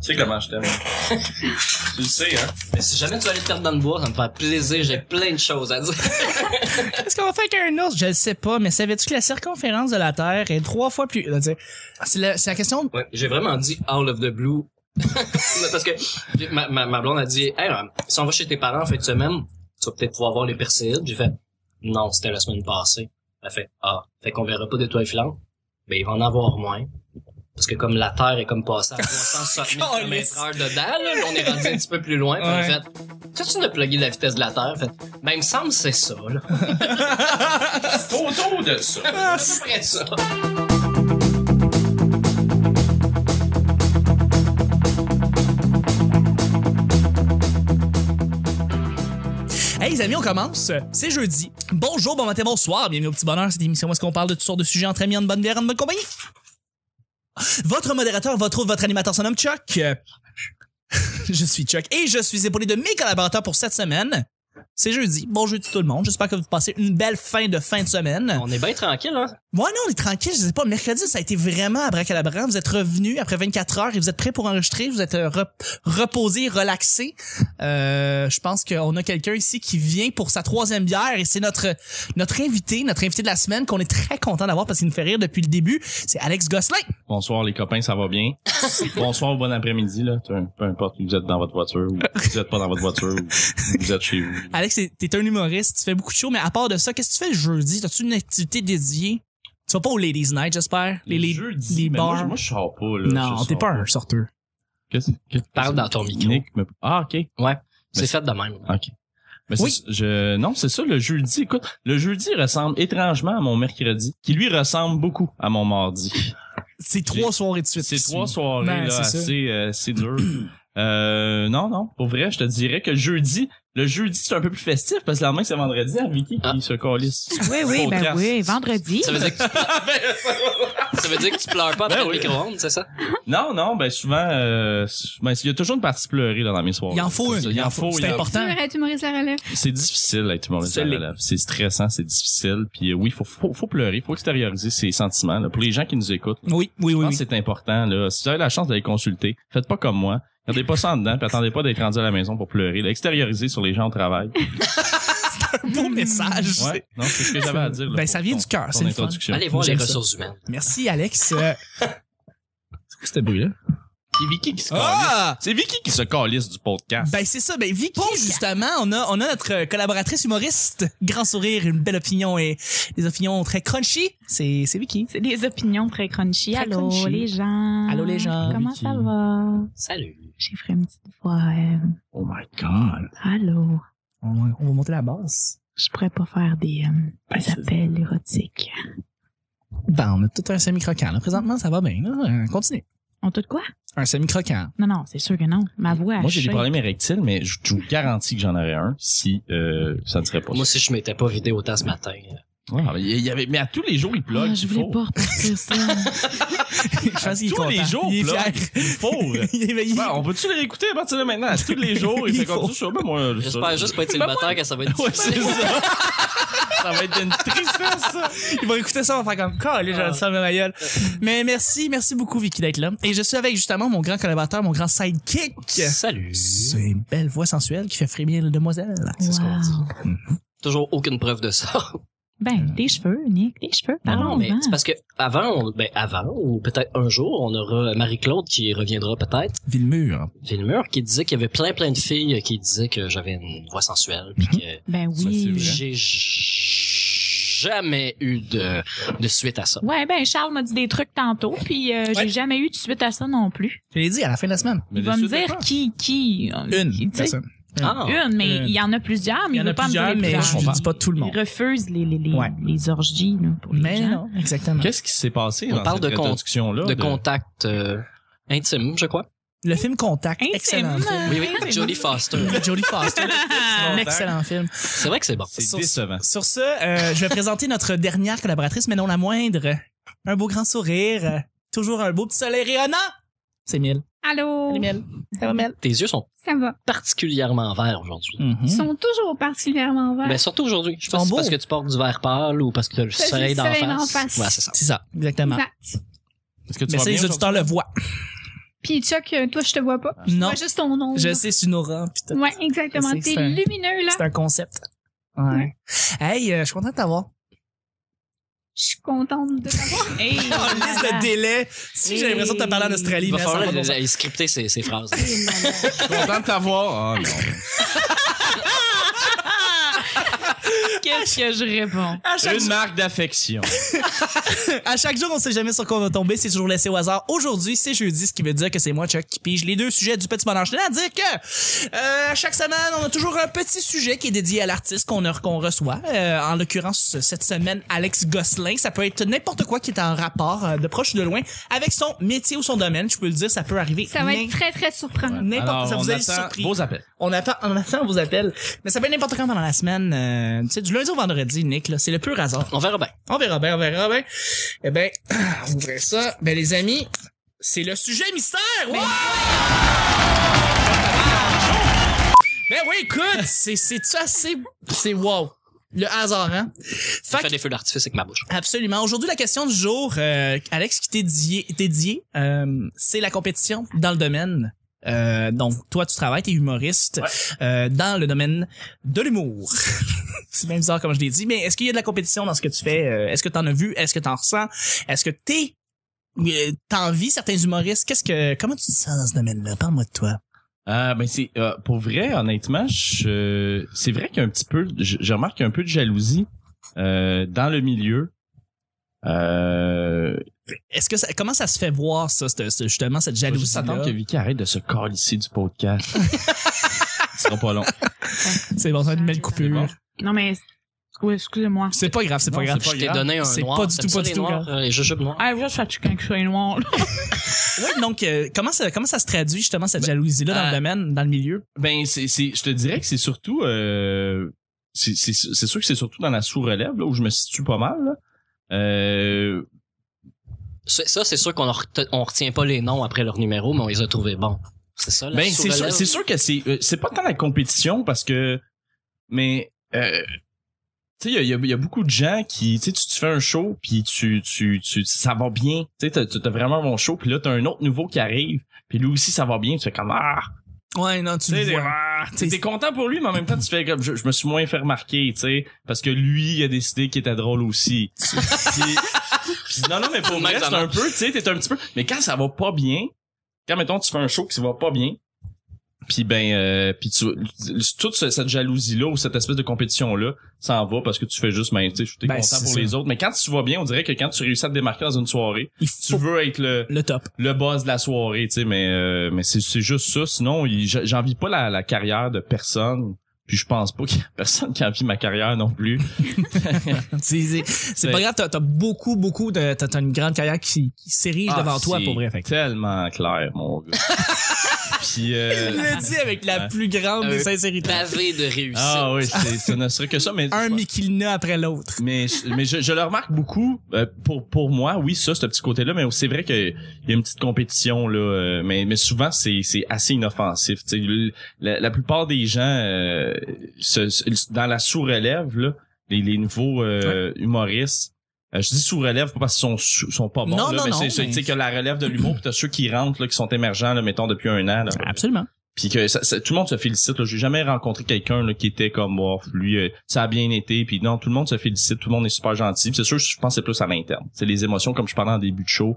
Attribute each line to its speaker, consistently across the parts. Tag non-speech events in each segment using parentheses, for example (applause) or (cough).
Speaker 1: sais comment je
Speaker 2: (laughs)
Speaker 1: t'aime. tu le sais, hein?
Speaker 3: Mais si jamais tu vas aller te perdre dans le bois, ça me fait plaisir, j'ai plein de choses à dire. (laughs)
Speaker 2: Qu'est-ce qu'on fait avec un ours? Je le sais pas, mais savais-tu que la circonférence de la Terre est trois fois plus... C'est la, c'est la question...
Speaker 3: Ouais, j'ai vraiment dit out of the blue. (laughs) Parce que ma, ma, ma blonde a dit, hey, euh, si on va chez tes parents en fin de semaine, tu vas peut-être pouvoir voir les perséides. J'ai fait, non, c'était la semaine passée. Elle fait, ah, fait qu'on verra pas d'étoiles filantes. Ben, il va en avoir moins. Parce que comme la Terre est comme passée à 360 000 km heure dedans, là, là, on est rendu un petit peu plus loin. Puis
Speaker 2: Ouais.
Speaker 3: j'ai fait, toi, tu n'as plugué la vitesse de la Terre. Fait, ben, il me semble que c'est ça, là.
Speaker 1: C'est autour de ça.
Speaker 3: À peu près ça.
Speaker 2: Hey les amis, on commence. C'est jeudi. Bonjour, bon matin, bonsoir. Bienvenue au Petit Bonheur, cette émission où est-ce qu'on parle de toutes sortes de sujets entre amis, en bonne bière, en bonne compagnie. Votre modérateur, votre autre, votre animateur, son nom Chuck. (laughs) Euh, je suis Chuck et je suis épaulé de mes collaborateurs pour cette semaine. C'est jeudi. Bon jeudi tout le monde. J'espère que vous passez une belle fin de fin de semaine.
Speaker 3: On est bien tranquille, hein.
Speaker 2: Moi non, on est tranquille. Je sais pas, mercredi, ça a été vraiment à abracadabra. Vous êtes revenus après 24 heures et vous êtes prêts pour enregistrer. Vous êtes euh, rep- reposés, relaxés. Euh, je pense qu'on a quelqu'un ici qui vient pour sa troisième bière et c'est notre notre invité, notre invité de la semaine qu'on est très content d'avoir parce qu'il nous fait rire depuis le début. C'est Alex Gosselin.
Speaker 4: Bonsoir les copains, ça va
Speaker 2: (laughs)
Speaker 4: bien? Bonsoir ou bon après-midi, là. Peu peu importe où vous êtes dans votre voiture ou vous êtes pas dans votre voiture ou vous êtes chez vous.
Speaker 2: Alex, t'es- t'es un humoriste, tu fais beaucoup de shows, mais à part de ça, qu'est-ce que tu fais le jeudi? T'as-tu une activité dédiée? Tu vas pas au Ladies Night, j'espère? Les, les,
Speaker 4: jeudis,
Speaker 2: les
Speaker 4: mais
Speaker 2: bars?
Speaker 4: Moi, je- moi, je sors pas, là.
Speaker 2: non,
Speaker 4: Je
Speaker 2: t'es
Speaker 4: sors
Speaker 2: pas un sorteur.
Speaker 4: Qu'est-ce que
Speaker 3: Parle dans ton micro.
Speaker 4: Nick me- Ah, OK.
Speaker 3: Ouais. C'est
Speaker 4: Mais-
Speaker 3: fait de même.
Speaker 4: OK. Mais c'est-
Speaker 2: Oui.
Speaker 4: je, non, c'est ça, le jeudi. Écoute, le jeudi ressemble étrangement à mon mercredi, qui lui ressemble beaucoup à mon mardi.
Speaker 2: C'est trois soirées de suite.
Speaker 4: C'est
Speaker 2: qui
Speaker 4: trois
Speaker 2: suivent.
Speaker 4: soirées,
Speaker 2: Ben,
Speaker 4: là,
Speaker 2: c'est ça.
Speaker 4: assez, euh, assez
Speaker 2: (clears throat)
Speaker 4: dur. Euh, non, non, pour vrai, je te dirais que le jeudi, le jeudi, c'est un peu plus festif parce que le lendemain, c'est vendredi à Vicky
Speaker 3: Ah.
Speaker 4: qui se calisse.
Speaker 2: (laughs)
Speaker 5: Oui, oui, ben
Speaker 4: Podcast.
Speaker 5: oui, vendredi.
Speaker 3: Ça veut
Speaker 4: (laughs)
Speaker 3: dire que tu pleures, ça veut dire que tu pleures pas après
Speaker 4: Ben
Speaker 3: le
Speaker 4: oui.
Speaker 3: micro-ondes, c'est ça?
Speaker 4: Non, non, ben souvent, euh, ben, il y a toujours une partie pleurée là, dans mes soirées.
Speaker 2: Il en faut
Speaker 4: C'est ça,
Speaker 2: une. Il en faut.
Speaker 4: il
Speaker 2: C'est
Speaker 4: en-
Speaker 5: Tu
Speaker 2: important.
Speaker 5: verrais, tu m'aurais la relève.
Speaker 4: C'est difficile d'être humoriste à
Speaker 2: C'est
Speaker 4: la
Speaker 2: laid.
Speaker 4: relève. C'est stressant, c'est difficile. Puis euh, oui, faut, faut, faut pleurer, faut extérioriser ses sentiments. là. Pour les gens qui nous écoutent, là,
Speaker 2: Oui, oui,
Speaker 4: je
Speaker 2: oui.
Speaker 4: pense
Speaker 2: oui.
Speaker 4: que c'est important. Là. Si vous avez la chance d'aller consulter, faites pas comme moi. Regardez pas ça en dedans, puis attendez pas d'être rendu à la maison pour pleurer. Là, Extérioriser sur les gens au travail.
Speaker 2: un (laughs)
Speaker 4: (laughs)
Speaker 2: beau message.
Speaker 4: Ouais, non, c'est ce que j'avais à dire. là,
Speaker 2: Ben,
Speaker 4: pour
Speaker 2: ça vient
Speaker 4: ton-
Speaker 2: du cœur,
Speaker 4: ton
Speaker 2: c'est le fun.
Speaker 4: introduction.
Speaker 3: Allez voir les
Speaker 2: J'aime ça.
Speaker 3: ressources humaines.
Speaker 4: (laughs)
Speaker 2: Merci, Alex. Euh,
Speaker 4: C'était bruit là. C'est Vicky qui se calisse.
Speaker 2: ah!
Speaker 4: C'est Vicky qui se calisse du podcast.
Speaker 2: Ben, c'est ça. Ben, Vicky, justement, on a, on a notre euh, collaboratrice humoriste. Grand sourire, une belle opinion et des opinions très crunchy. C'est, c'est Vicky.
Speaker 5: C'est des opinions très crunchy.
Speaker 2: Très
Speaker 5: Allô,
Speaker 2: crunchy.
Speaker 5: les gens.
Speaker 2: Allô, les gens.
Speaker 5: Comment
Speaker 4: Vicky.
Speaker 5: ça va?
Speaker 3: Salut.
Speaker 5: J'ai fait une petite voix. euh,
Speaker 4: Oh my god.
Speaker 5: allô.
Speaker 2: On, on va monter la basse.
Speaker 5: Je pourrais pas faire des, euh,
Speaker 4: Ben,
Speaker 5: des appels érotiques.
Speaker 2: Ben, on a tout un semi-croquant, là. Présentement, ça va bien, là. Euh, Continue.
Speaker 5: On tout de quoi?
Speaker 4: (laughs)
Speaker 2: Un semi-croquant.
Speaker 5: Non, non, c'est sûr que non. Ma voix
Speaker 4: Moi, j'ai des
Speaker 5: hachée.
Speaker 4: problèmes érectiles, mais je je vous garantis que j'en aurais un si euh, ça ne serait pas
Speaker 3: Moi,
Speaker 4: ça.
Speaker 3: si je m'étais pas vidé autant ce matin.
Speaker 4: Ouais, mais, ah, il y avait, mais à tous les jours, il plug.
Speaker 5: Ah,
Speaker 4: il
Speaker 5: je voulais
Speaker 4: faut. (laughs)
Speaker 5: pas repartir ça.
Speaker 2: Je pense qu'il est
Speaker 4: tous les
Speaker 2: content.
Speaker 4: jours,
Speaker 2: Il est
Speaker 4: là.
Speaker 2: fier.
Speaker 4: Il faut.
Speaker 2: (laughs)
Speaker 4: (laughs)
Speaker 2: Il est éveillé.
Speaker 4: Ben, on peut-tu le réécouter à partir de maintenant? À tous les jours, il
Speaker 2: Il
Speaker 4: fait comme ça.
Speaker 2: faut.
Speaker 4: je sais pas, moi, je-
Speaker 3: J'espère juste pas être célibataire quand ça va
Speaker 4: (laughs)
Speaker 3: être
Speaker 4: Ben Ouais,
Speaker 3: difficile.
Speaker 4: c'est ça. (laughs) ça va être d'une tristesse, ça.
Speaker 2: Il va écouter ça, on va faire comme quoi, les gens de ma gueule. Mais merci, merci beaucoup, Vicky, d'être là. Et je suis avec justement mon grand collaborateur, mon grand sidekick.
Speaker 3: Salut.
Speaker 2: C'est une belle voix sensuelle qui fait frémir les demoiselles.
Speaker 5: wow.
Speaker 3: Toujours aucune preuve de ça.
Speaker 4: Euh,
Speaker 5: Ben, tes cheveux, Nick, tes cheveux.
Speaker 3: Non,
Speaker 5: Parlons-en.
Speaker 3: mais c'est parce que avant, on- ben avant ou peut-être un jour, on aura Marie-Claude qui reviendra peut-être.
Speaker 2: Villemur.
Speaker 3: Villemur qui disait qu'il y avait plein plein de filles qui disaient que j'avais une voix sensuelle puis
Speaker 4: Hein?
Speaker 3: que
Speaker 5: Ben
Speaker 4: c'est
Speaker 5: oui.
Speaker 4: vrai.
Speaker 3: j'ai j- jamais eu de de suite à ça.
Speaker 5: Ouais, ben Charles m'a dit des trucs tantôt, puis euh, j'ai jamais eu de suite à ça non plus.
Speaker 2: Je l'ai dit à la fin de la semaine.
Speaker 4: Mais
Speaker 5: il va
Speaker 4: les
Speaker 5: me
Speaker 4: suites
Speaker 5: dire
Speaker 4: dépendent.
Speaker 5: qui, qui. euh, qui,
Speaker 2: Une
Speaker 4: Ben,
Speaker 5: tu sais.
Speaker 2: personne.
Speaker 3: Ah,
Speaker 5: Une, mais
Speaker 2: Une.
Speaker 5: il y en a plusieurs, mais
Speaker 2: Il y
Speaker 5: il,
Speaker 2: en
Speaker 5: veut
Speaker 2: a
Speaker 5: pas me dire
Speaker 2: plusieurs,
Speaker 5: les
Speaker 2: mais
Speaker 5: plusieurs.
Speaker 2: je dis pas tout le monde.
Speaker 5: Il refuse les, les, les,
Speaker 2: Ouais.
Speaker 5: les orgies là, pour les
Speaker 2: Mais
Speaker 5: gens.
Speaker 2: non, exactement.
Speaker 4: Qu'est-ce qui s'est passé
Speaker 3: On
Speaker 4: dans
Speaker 3: parle
Speaker 4: cette
Speaker 3: de con-
Speaker 4: reconstruction-là?
Speaker 3: de contact euh, intime, je crois.
Speaker 2: Le film Contact,
Speaker 5: Intime.
Speaker 2: excellent film.
Speaker 3: Oui, oui, Jodie Foster.
Speaker 2: Jodie
Speaker 5: (laughs)
Speaker 2: Foster, un excellent film.
Speaker 3: C'est vrai que c'est bon.
Speaker 4: C'est décevant.
Speaker 2: Sur ce, euh, je vais présenter notre dernière collaboratrice, mais non la moindre. Un beau grand sourire, euh, toujours un beau petit soleil rayonnant. C'est Mille.
Speaker 6: Allô?
Speaker 2: Salut Mille. Ça va Mille?
Speaker 3: Tes yeux sont
Speaker 6: Ça va.
Speaker 2: Mmh.
Speaker 3: particulièrement verts aujourd'hui.
Speaker 2: Mhm.
Speaker 5: Mm-hmm.
Speaker 6: Ils sont toujours particulièrement verts.
Speaker 3: Ben, surtout aujourd'hui. Je sais
Speaker 2: Ils
Speaker 3: pas
Speaker 2: sont
Speaker 3: si c'est
Speaker 2: beaux.
Speaker 3: parce que tu portes du vert pâle ou parce que t'as le
Speaker 6: Parce que
Speaker 3: soleil
Speaker 6: le
Speaker 3: d'en
Speaker 6: soleil d'en
Speaker 3: face.
Speaker 6: face.
Speaker 3: Ouais, Ah, c'est ça.
Speaker 2: C'est ça, exactement.
Speaker 6: Exact.
Speaker 4: Est-ce que tu
Speaker 2: Mais
Speaker 4: vas
Speaker 2: ça,
Speaker 4: bien
Speaker 2: les
Speaker 4: aujourd'hui?
Speaker 2: auditeurs le voient.
Speaker 6: Puis Chuck, euh, toi, je te vois pas. Je
Speaker 2: Non,
Speaker 6: vois juste ton nom.
Speaker 2: je sais, c'est une aura. puis t'as-
Speaker 6: Ouais, exactement.
Speaker 2: Je sais que
Speaker 6: T'es
Speaker 2: c'est un-
Speaker 6: lumineux, là.
Speaker 2: C'est un concept. Ouais. Hey, euh, je suis content de t'avoir.
Speaker 6: Je suis contente de
Speaker 2: (laughs)
Speaker 6: t'avoir.
Speaker 5: (laughs) Hey,
Speaker 2: Oh, liste de délai. Si j'ai l'impression de te parler en Australie,
Speaker 3: Il va
Speaker 2: mais ça
Speaker 3: falloir
Speaker 2: va pas
Speaker 3: aller- aller scripter ces, ces phrases.
Speaker 4: Je suis content de t'avoir. Ah, non.
Speaker 5: Qu'est-ce que je
Speaker 2: (laughs)
Speaker 5: réponds?
Speaker 2: À chaque,
Speaker 4: Une marque d'affection.
Speaker 2: à chaque jour, on sait jamais sur quoi on va tomber. C'est toujours laissé au hasard. Aujourd'hui, c'est jeudi, ce qui veut dire que c'est moi, Chuck, qui pige les deux sujets du petit bonheur. Je tenais à dire que euh, chaque semaine, on a toujours un petit sujet qui est dédié à l'artiste qu'on a- qu'on reçoit. Euh, en l'occurrence, cette semaine, Alex Gosselin. Ça peut être n'importe quoi qui est en rapport, euh, de proche ou de loin, avec son métier ou son domaine. Je peux le dire, ça peut arriver.
Speaker 6: Ça va être
Speaker 2: n'im-
Speaker 6: très, très surprenant.
Speaker 2: N'importe
Speaker 4: Alors,
Speaker 2: ça
Speaker 4: on
Speaker 2: vous a
Speaker 4: attend
Speaker 2: surpris.
Speaker 4: Vos appels.
Speaker 2: On attend, on attend vos appels. Mais ça peut être n'importe quand pendant la semaine. euh, tu sais, du lundi au vendredi, Nick, là, c'est le pur hasard.
Speaker 3: On verra bien.
Speaker 2: On verra bien, on verra bien. (clears throat) Eh ben, on ouvrait ça. Ben, les amis, c'est le sujet mystère! Ouais! Ben oui, écoute, c'est, c'est-tu assez... C'est wow. Le hasard, hein?
Speaker 3: Je
Speaker 2: Fait
Speaker 3: fais
Speaker 2: que-
Speaker 3: des feux d'artifice avec ma bouche.
Speaker 2: Absolument. Aujourd'hui, la question du jour, euh, Alex, qui t'est dédié, dédié euh, c'est la compétition dans le domaine. Euh, donc, toi, tu travailles, t'es humoriste euh, dans le domaine de l'humour. (laughs) c'est bien bizarre comme je l'ai dit, mais est-ce qu'il y a de la compétition dans ce que tu fais? Euh, Est-ce que t'en as vu? Est-ce que t'en ressens? Est-ce que t'es euh, t'envies certains humoristes? Qu'est-ce que comment tu te sens dans ce domaine-là? Parle-moi de toi.
Speaker 4: Ah ben c'est euh, pour vrai honnêtement je c'est vrai qu'il y a un petit peu je, je remarque qu'il y a un peu de jalousie euh, dans le milieu euh,
Speaker 2: Est-ce que ça, comment ça se fait voir ça, cette- ce- justement cette
Speaker 4: faut
Speaker 2: jalousie
Speaker 4: juste attendre que Vicky arrête de se ici du podcast ce sera pas long
Speaker 2: C'est bon, ça va être une belle
Speaker 5: C'est
Speaker 2: coupure.
Speaker 5: Non, mais. Oui, excusez-moi.
Speaker 2: C'est pas grave, c'est
Speaker 4: Non,
Speaker 2: pas grave.
Speaker 4: c'est pas
Speaker 3: Je t'ai
Speaker 4: grave.
Speaker 3: donné un
Speaker 2: C'est
Speaker 3: noir.
Speaker 2: pas du
Speaker 3: T'aimes
Speaker 2: tout, pas
Speaker 3: ça,
Speaker 2: du
Speaker 3: les
Speaker 2: tout
Speaker 3: noirs, euh, Les jujubes noirs.
Speaker 5: Ah, là, je suis quand je suis
Speaker 2: (laughs)
Speaker 5: noir. là.
Speaker 2: Oui, donc euh, comment ça comment ça se traduit justement cette jalousie là dans le
Speaker 4: euh,
Speaker 2: domaine, dans le milieu
Speaker 4: ben c'est c'est je te dirais que c'est surtout euh, c'est c'est c'est sûr que c'est surtout dans la sous-relève là où je me situe pas mal là. Euh,
Speaker 3: C'est- Ça, c'est sûr qu'on en rete- on retient pas les noms après leur numéro, mais on les a trouvés bons. C'est ça, la
Speaker 4: Ben, c'est sûr,
Speaker 3: sous-relève?
Speaker 4: c'est sûr que c'est euh, c'est pas tant la compétition parce que mais euh, tu sais il y a- il y a, il y a beaucoup de gens qui tu sais tu- tu fais un show puis tu tu tu ça va bien tu sais t'as- t'as t'as vraiment un bon show puis là t'as un autre nouveau qui arrive puis lui aussi ça va bien tu fais comme ah
Speaker 2: Ouais, non,
Speaker 4: tu
Speaker 2: tu
Speaker 4: sais, des- ah, tu sais, t'es content pour lui mais en même temps tu fais comme je, je me suis moins fait remarquer tu sais parce que lui il a décidé qu'il était drôle aussi
Speaker 2: (laughs)
Speaker 4: Puis- puis non non mais pour
Speaker 3: Faut
Speaker 4: vrai
Speaker 3: que ça
Speaker 4: c'est un peu tu sais t'es un petit peu mais quand ça va pas bien quand mettons tu fais un show qui va pas bien puis ben euh, puis tu toute ce- cette jalousie là ou cette espèce de compétition là ça en va parce que tu fais juste mais tu sais je suis
Speaker 2: Ben,
Speaker 4: content
Speaker 2: c'est
Speaker 4: pour
Speaker 2: ça.
Speaker 4: les autres mais quand tu vas bien on dirait que quand tu réussis à te démarquer dans une soirée
Speaker 2: Il
Speaker 4: tu
Speaker 2: faut
Speaker 4: veux être le
Speaker 2: le top.
Speaker 4: le boss de la soirée, tu sais, mais euh, mais c'est c'est juste ça. Sinon, il- j'- j'envie pas la, la carrière de personne. Puis je pense pas qu'il y a personne qui envie ma carrière non plus.
Speaker 2: C'est- C'est (laughs) c'est
Speaker 4: Ben-
Speaker 2: pas grave, t'as t'as beaucoup beaucoup de t'as t'as une grande carrière qui, qui s'érige
Speaker 4: Ah,
Speaker 2: devant toi
Speaker 4: c'est
Speaker 2: pour vrai. Fait. que-
Speaker 4: Tellement clair, mon gars. Puis
Speaker 2: (laughs) Je
Speaker 4: euh,
Speaker 2: le dis avec la
Speaker 4: Ouais.
Speaker 2: plus grande des
Speaker 3: Euh,
Speaker 2: sincérités.
Speaker 3: Pavé de réussite.
Speaker 4: ah oui, c'est- ce ne serait que ça, mais
Speaker 2: Un miquilina après l'autre.
Speaker 4: (laughs) mais je- mais je, je le remarque beaucoup euh, pour pour moi oui ça ce petit côté là mais c'est vrai qu'il y a une petite compétition là euh, mais mais souvent c'est c'est assez inoffensif tu sais l- la, la plupart des gens euh, se- se- dans la sous-relève là les, les nouveaux euh, humoristes euh, je dis sous-relève pas parce qu'ils sont sous- sont pas bons
Speaker 2: Non,
Speaker 4: là,
Speaker 2: non,
Speaker 4: mais
Speaker 2: non,
Speaker 4: c'est c'est-
Speaker 2: mais-
Speaker 4: tu sais que la relève de l'humour puis t'as ceux qui rentrent là qui sont émergents là mettons depuis un an là
Speaker 2: Absolument.
Speaker 4: puis que ça- ça- tout le monde se félicite là j'ai jamais rencontré quelqu'un là, qui était comme oh, lui euh, ça a bien été puis non tout le monde se félicite tout le monde est super gentil Puis c'est sûr je pense que c'est plus à l'interne c'est les émotions comme je parlais en début de show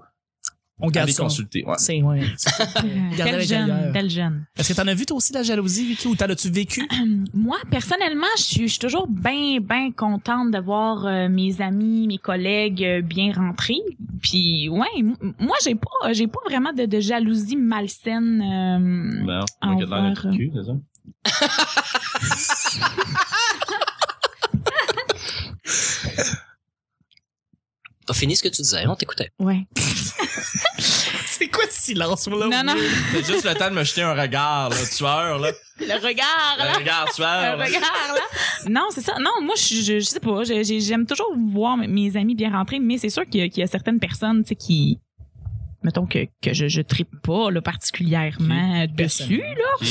Speaker 2: On garde
Speaker 4: allez
Speaker 2: ça.
Speaker 4: consulter ouais.
Speaker 2: C'est ouais. à
Speaker 5: Quel
Speaker 2: l'intérieur.
Speaker 5: jeune, quel jeune.
Speaker 2: Est-ce que t'en as vu toi aussi de la jalousie Vicky ou t'en as-tu vécu
Speaker 5: Moi, personnellement, je suis, je suis toujours bien, bien contente de voir euh, mes amis, mes collègues euh, bien rentrés. Puis, ouais, m- moi, j'ai pas, j'ai pas vraiment de, de jalousie malsaine. euh,
Speaker 4: Ben, on regarde dans
Speaker 5: Envers,
Speaker 4: le trou de cul, c'est ça?
Speaker 3: T'as fini ce que tu disais, on t'écoutait.
Speaker 5: ouais.
Speaker 2: (laughs) C'est quoi ce silence là
Speaker 5: Non, non,
Speaker 4: C'est juste le temps de me jeter un regard, là,
Speaker 1: euh,
Speaker 4: tueur,
Speaker 5: (laughs)
Speaker 4: là.
Speaker 5: le regard, là.
Speaker 4: Un regard tueur,
Speaker 5: Le
Speaker 4: là.
Speaker 5: regard, là. Non, c'est ça. Non, moi, je, je, je sais pas. Je- j'ai- J'aime toujours voir mes- mes amis bien rentrés, mais c'est sûr qu'il y, a- qu'il y a certaines personnes, tu sais, qui. Mettons que, que je, je tripe pas, là, particulièrement dessus, là.
Speaker 4: Ok.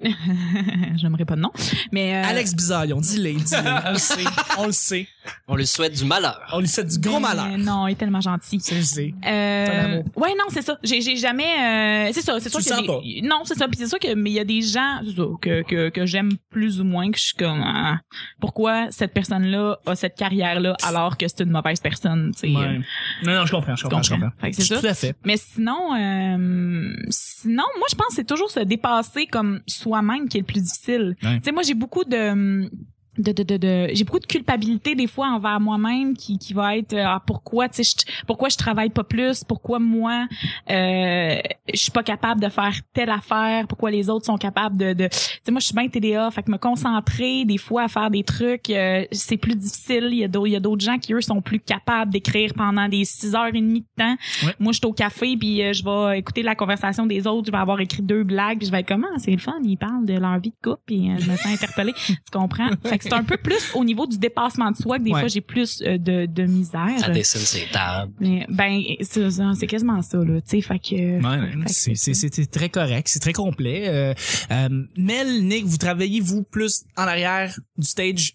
Speaker 5: (laughs) J'aimerais pas de nom. Mais euh,
Speaker 2: Alex Bisaillon, dis-le, dis-le. (laughs) On le sait, on le sait.
Speaker 3: On lui souhaite du malheur.
Speaker 2: On lui souhaite du gros
Speaker 5: mais
Speaker 2: malheur.
Speaker 5: Ben, Non, il est tellement gentil.
Speaker 2: Tu le sais. Ton
Speaker 5: Euh,
Speaker 2: amour.
Speaker 5: ouais non c'est ça j'ai j'ai jamais euh, c'est ça c'est sûr
Speaker 2: Tu
Speaker 5: que
Speaker 2: le sens
Speaker 5: des- non c'est ça puis c'est sûr que mais il y a des gens c'est ça, que que que j'aime plus ou moins que je suis comme ah, pourquoi cette personne là a cette carrière là alors que c'est une mauvaise personne tu sais
Speaker 2: Ouais.
Speaker 5: euh,
Speaker 2: Non, non, je comprends, je
Speaker 5: tu
Speaker 2: comprends, je comprends.
Speaker 5: Fait que c'est ça
Speaker 2: Tout à fait.
Speaker 5: mais sinon euh, sinon moi je pense que c'est toujours se dépasser comme soi-même qui est le plus difficile
Speaker 2: Ouais.
Speaker 5: tu sais moi j'ai beaucoup de de, de, de, de- j'ai beaucoup de culpabilité des fois envers moi-même qui, qui va être euh, ah, pourquoi tu sais je- pourquoi je travaille pas plus pourquoi moi euh, je suis pas capable de faire telle affaire pourquoi les autres sont capables de, de... tu sais moi je suis bien TDA fait que me concentrer des fois à faire des trucs euh, c'est plus difficile il y a d'autres il y a d'autres gens qui eux sont plus capables d'écrire pendant des six heures et demie de temps
Speaker 2: Ouais.
Speaker 5: moi je suis au café puis euh, je vais écouter la conversation des autres je vais avoir écrit deux blagues puis je vais être comment c'est le fun ils parlent de leur vie de couple puis euh, je me sens
Speaker 2: (laughs)
Speaker 5: interpellée tu comprends fait que c'est un peu plus au niveau du dépassement de soi que des
Speaker 2: Ouais.
Speaker 5: fois j'ai plus euh, de, de misère
Speaker 3: Elle dessine ses tables.
Speaker 5: mais ben c'est ça, c'est quasiment ça là tu sais fait que
Speaker 2: Ouais, c'est- c'est- c'était très correct, c'est très complet. Euh, euh, Mel, Nick, vous travaillez vous plus en arrière du stage.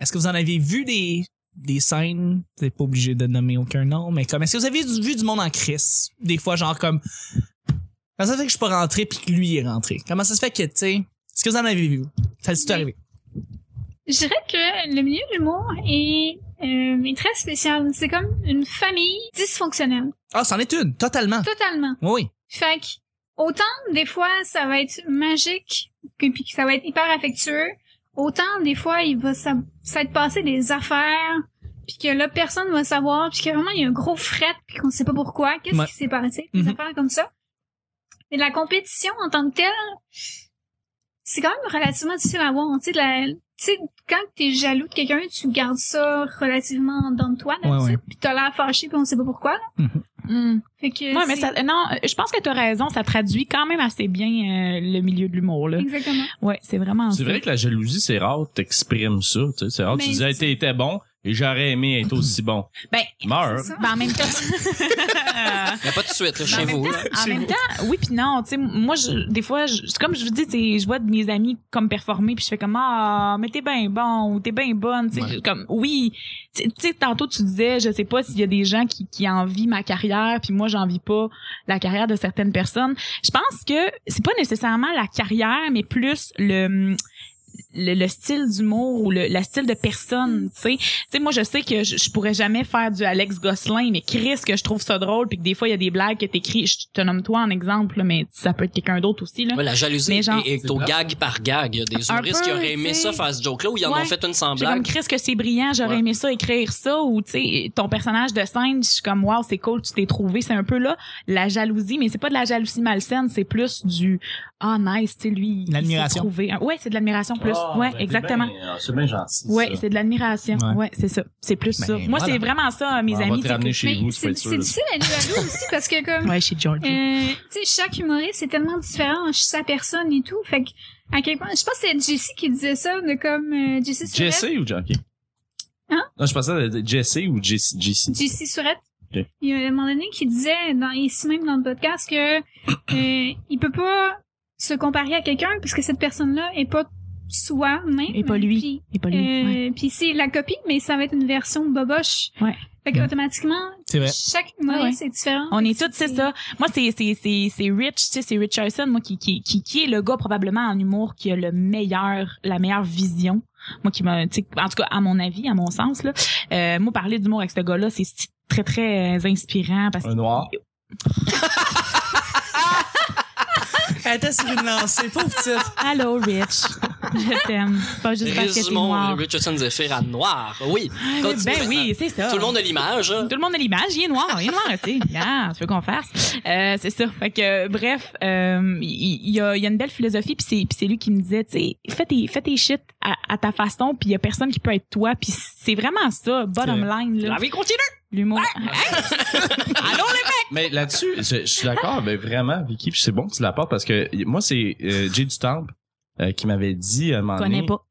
Speaker 2: Est-ce que vous en avez vu des des scènes Vous n'êtes pas obligé de nommer aucun nom, mais comme est-ce que vous avez du- vu du monde en crise Des fois, genre comme comment ça se fait que je suis pas rentré puis que lui est rentré Comment ça se fait que tu sais Est-ce que vous en avez vu Ça s'est
Speaker 6: Oui.
Speaker 2: arrivé
Speaker 6: Je dirais que le milieu de l'humour est, euh, est très spécial. C'est comme une famille dysfonctionnelle.
Speaker 2: Ah, c'en est une, totalement.
Speaker 6: Totalement.
Speaker 2: Oui.
Speaker 6: Fait que, autant des fois ça va être magique, que- puis que ça va être hyper affectueux, autant des fois il va ça, ça va te passer des affaires, puis que là personne va savoir, puis que vraiment il y a un gros fret, puis qu'on sait pas pourquoi, qu'est-ce
Speaker 2: Ouais.
Speaker 6: qui s'est passé, des
Speaker 2: Mhm.
Speaker 6: affaires comme ça. Mais la compétition en tant que telle, c'est quand même relativement difficile à voir. Tu sais, la- tu sais, quand t'es jaloux de quelqu'un, tu gardes ça relativement dans de toi, là,
Speaker 2: Ouais,
Speaker 6: tu sais,
Speaker 2: ouais.
Speaker 6: puis t'as l'air fâché, puis on sait pas pourquoi. là.
Speaker 5: Hmm.
Speaker 6: Fait que
Speaker 5: Ouais, mais
Speaker 6: c'est-
Speaker 5: ça, non, euh, je pense que tu as raison, ça traduit quand même assez bien euh, le milieu de l'humour là.
Speaker 6: Exactement.
Speaker 5: Ouais, c'est vraiment
Speaker 4: C'est
Speaker 5: ça.
Speaker 4: vrai que la jalousie, c'est rare que t'exprimes ça. tu sais. C'est rare que tu
Speaker 6: Mais
Speaker 4: disais, hey,
Speaker 6: c'est-
Speaker 4: t'étais bon et j'aurais aimé être aussi bon.
Speaker 5: Ben,
Speaker 4: Meurs.
Speaker 6: c'est ça.
Speaker 5: Ben, en même temps.
Speaker 3: Mais pas tout de suite, là, (laughs)
Speaker 5: Mais
Speaker 3: chez
Speaker 5: en même
Speaker 3: vous. là.
Speaker 5: En même temps, oui puis non, tu sais, moi, je, des fois, je, c'est comme je vous dis, tu sais, je vois de mes amis comme performer, puis je fais comme ah, mais t'es bien bon, ou t'es bien bonne, tu sais,
Speaker 4: Ouais.
Speaker 5: comme oui, tu tu sais, tantôt tu disais, je sais pas s'il y a des gens qui, qui envient ma carrière, puis moi j'envie pas la carrière de certaines personnes. Je pense que c'est pas nécessairement la carrière, mais plus le le, le style d'humour ou le, la style de personne, tu sais. Tu sais, moi, je sais que je, je pourrais jamais faire du Alex Gosselin, mais Chris, que je trouve ça drôle, puis que des fois, il y a des blagues que t'écris. Je te nomme toi en exemple, là, mais ça peut être quelqu'un d'autre aussi, là.
Speaker 3: Ouais, la jalousie
Speaker 5: Mais genre-
Speaker 3: est, est au gag par gag. Il y a des
Speaker 5: Un
Speaker 3: humoristes qui
Speaker 5: peu,
Speaker 3: auraient aimé
Speaker 5: tu sais.
Speaker 3: ça faire ce joke-là ou ils en
Speaker 5: Ouais.
Speaker 3: ont fait une sans
Speaker 5: Je suis comme
Speaker 3: blague.
Speaker 5: Chris que c'est brillant, j'aurais
Speaker 3: Ouais.
Speaker 5: aimé ça écrire ça ou tu sais ton personnage de scène, je suis comme wow, c'est cool, tu t'es trouvé, c'est un peu là la jalousie, mais c'est pas de la jalousie malsaine, c'est plus du ah nice, tu sais lui, il s'est
Speaker 2: L'admiration.
Speaker 5: trouvé. Ouais, c'est de l'admiration plus.
Speaker 1: Ah,
Speaker 5: ouais,
Speaker 1: ben,
Speaker 5: exactement.
Speaker 1: C'est bien, c'est bien gentil.
Speaker 5: Ouais,
Speaker 1: ça.
Speaker 5: c'est de l'admiration.
Speaker 2: Ouais.
Speaker 5: Ouais, c'est ça. C'est plus
Speaker 2: Ben,
Speaker 5: ça. Moi,
Speaker 2: voilà.
Speaker 5: c'est vraiment ça, mes
Speaker 4: Ben, On
Speaker 5: amis.
Speaker 4: va te
Speaker 5: c'est
Speaker 4: ramener chez
Speaker 6: Mais
Speaker 4: vous, tu vas
Speaker 6: c'est
Speaker 4: être sûr.
Speaker 6: c'est difficile d'être jaloux aussi parce que
Speaker 5: que-
Speaker 6: comme
Speaker 5: Ouais, chez Georgie.
Speaker 6: euh, tu sais chaque humoriste c'est tellement différent ch- sa personne et tout fait que à quel point je pense que c'est Jessie qui disait ça de comme euh, Jessie Surette
Speaker 4: Jesse ou Jackie?
Speaker 6: Hein?
Speaker 4: Non, je pensais à Jesse ou Jesse. Jesse.
Speaker 6: Jessie Surette
Speaker 4: Ok.
Speaker 6: il y a un moment donné qui disait dans, ici même dans le podcast que euh, il peut pas se comparer à quelqu'un parce que cette personne là est pas soi même
Speaker 5: Et pas lui.
Speaker 6: Puis,
Speaker 5: Et pas lui. ouais.
Speaker 6: euh, puis c'est la copie mais ça va être une version boboche
Speaker 5: Ouais.
Speaker 6: fait que automatiquement
Speaker 2: C'est vrai.
Speaker 6: chaque humoriste est différent
Speaker 5: On est tous, c'est ça. Moi, c'est c'est c'est c'est Rich, tu sais, c'est Richardson, moi qui qui qui qui est le gars probablement en humour qui a le meilleur la meilleure vision. Moi qui m'a, tu sais, en tout cas à mon avis, à mon sens là, euh, moi parler d'humour avec ce gars-là, c'est sti- très très euh, inspirant parce que
Speaker 4: Un noir.
Speaker 2: Elle était sur une lancée, pauvre petite.
Speaker 5: allô Rich, (laughs) je t'aime, pas juste parce que t'es
Speaker 3: Résumons
Speaker 5: noir.
Speaker 3: Richardson Zephyr à noir. Oui. Continue
Speaker 5: Ben oui, c'est
Speaker 4: Ah.
Speaker 5: ça.
Speaker 3: Tout le monde a l'image. hein.
Speaker 5: Tout le monde a l'image, il est noir, il est noir, tu sais. Ah, tu veux qu'on fasse. Euh, c'est ça. Fait que, euh, bref, euh, il il y, a, il y a une belle philosophie, puis c'est, puis c'est lui qui me disait, tu sais, fais tes, fais tes shit à, à ta façon, puis il y a personne qui peut être toi, puis c'est vraiment ça, bottom line, là,
Speaker 3: La vie continue.
Speaker 5: l'humour. Allô, les
Speaker 4: Mais là-dessus, je, je suis d'accord, mais vraiment, Vicky, puis c'est bon que tu l'apportes parce que moi, c'est euh, Jay Dutemple euh, qui m'avait dit à un moment
Speaker 5: mecs! connais
Speaker 4: donné,
Speaker 5: pas.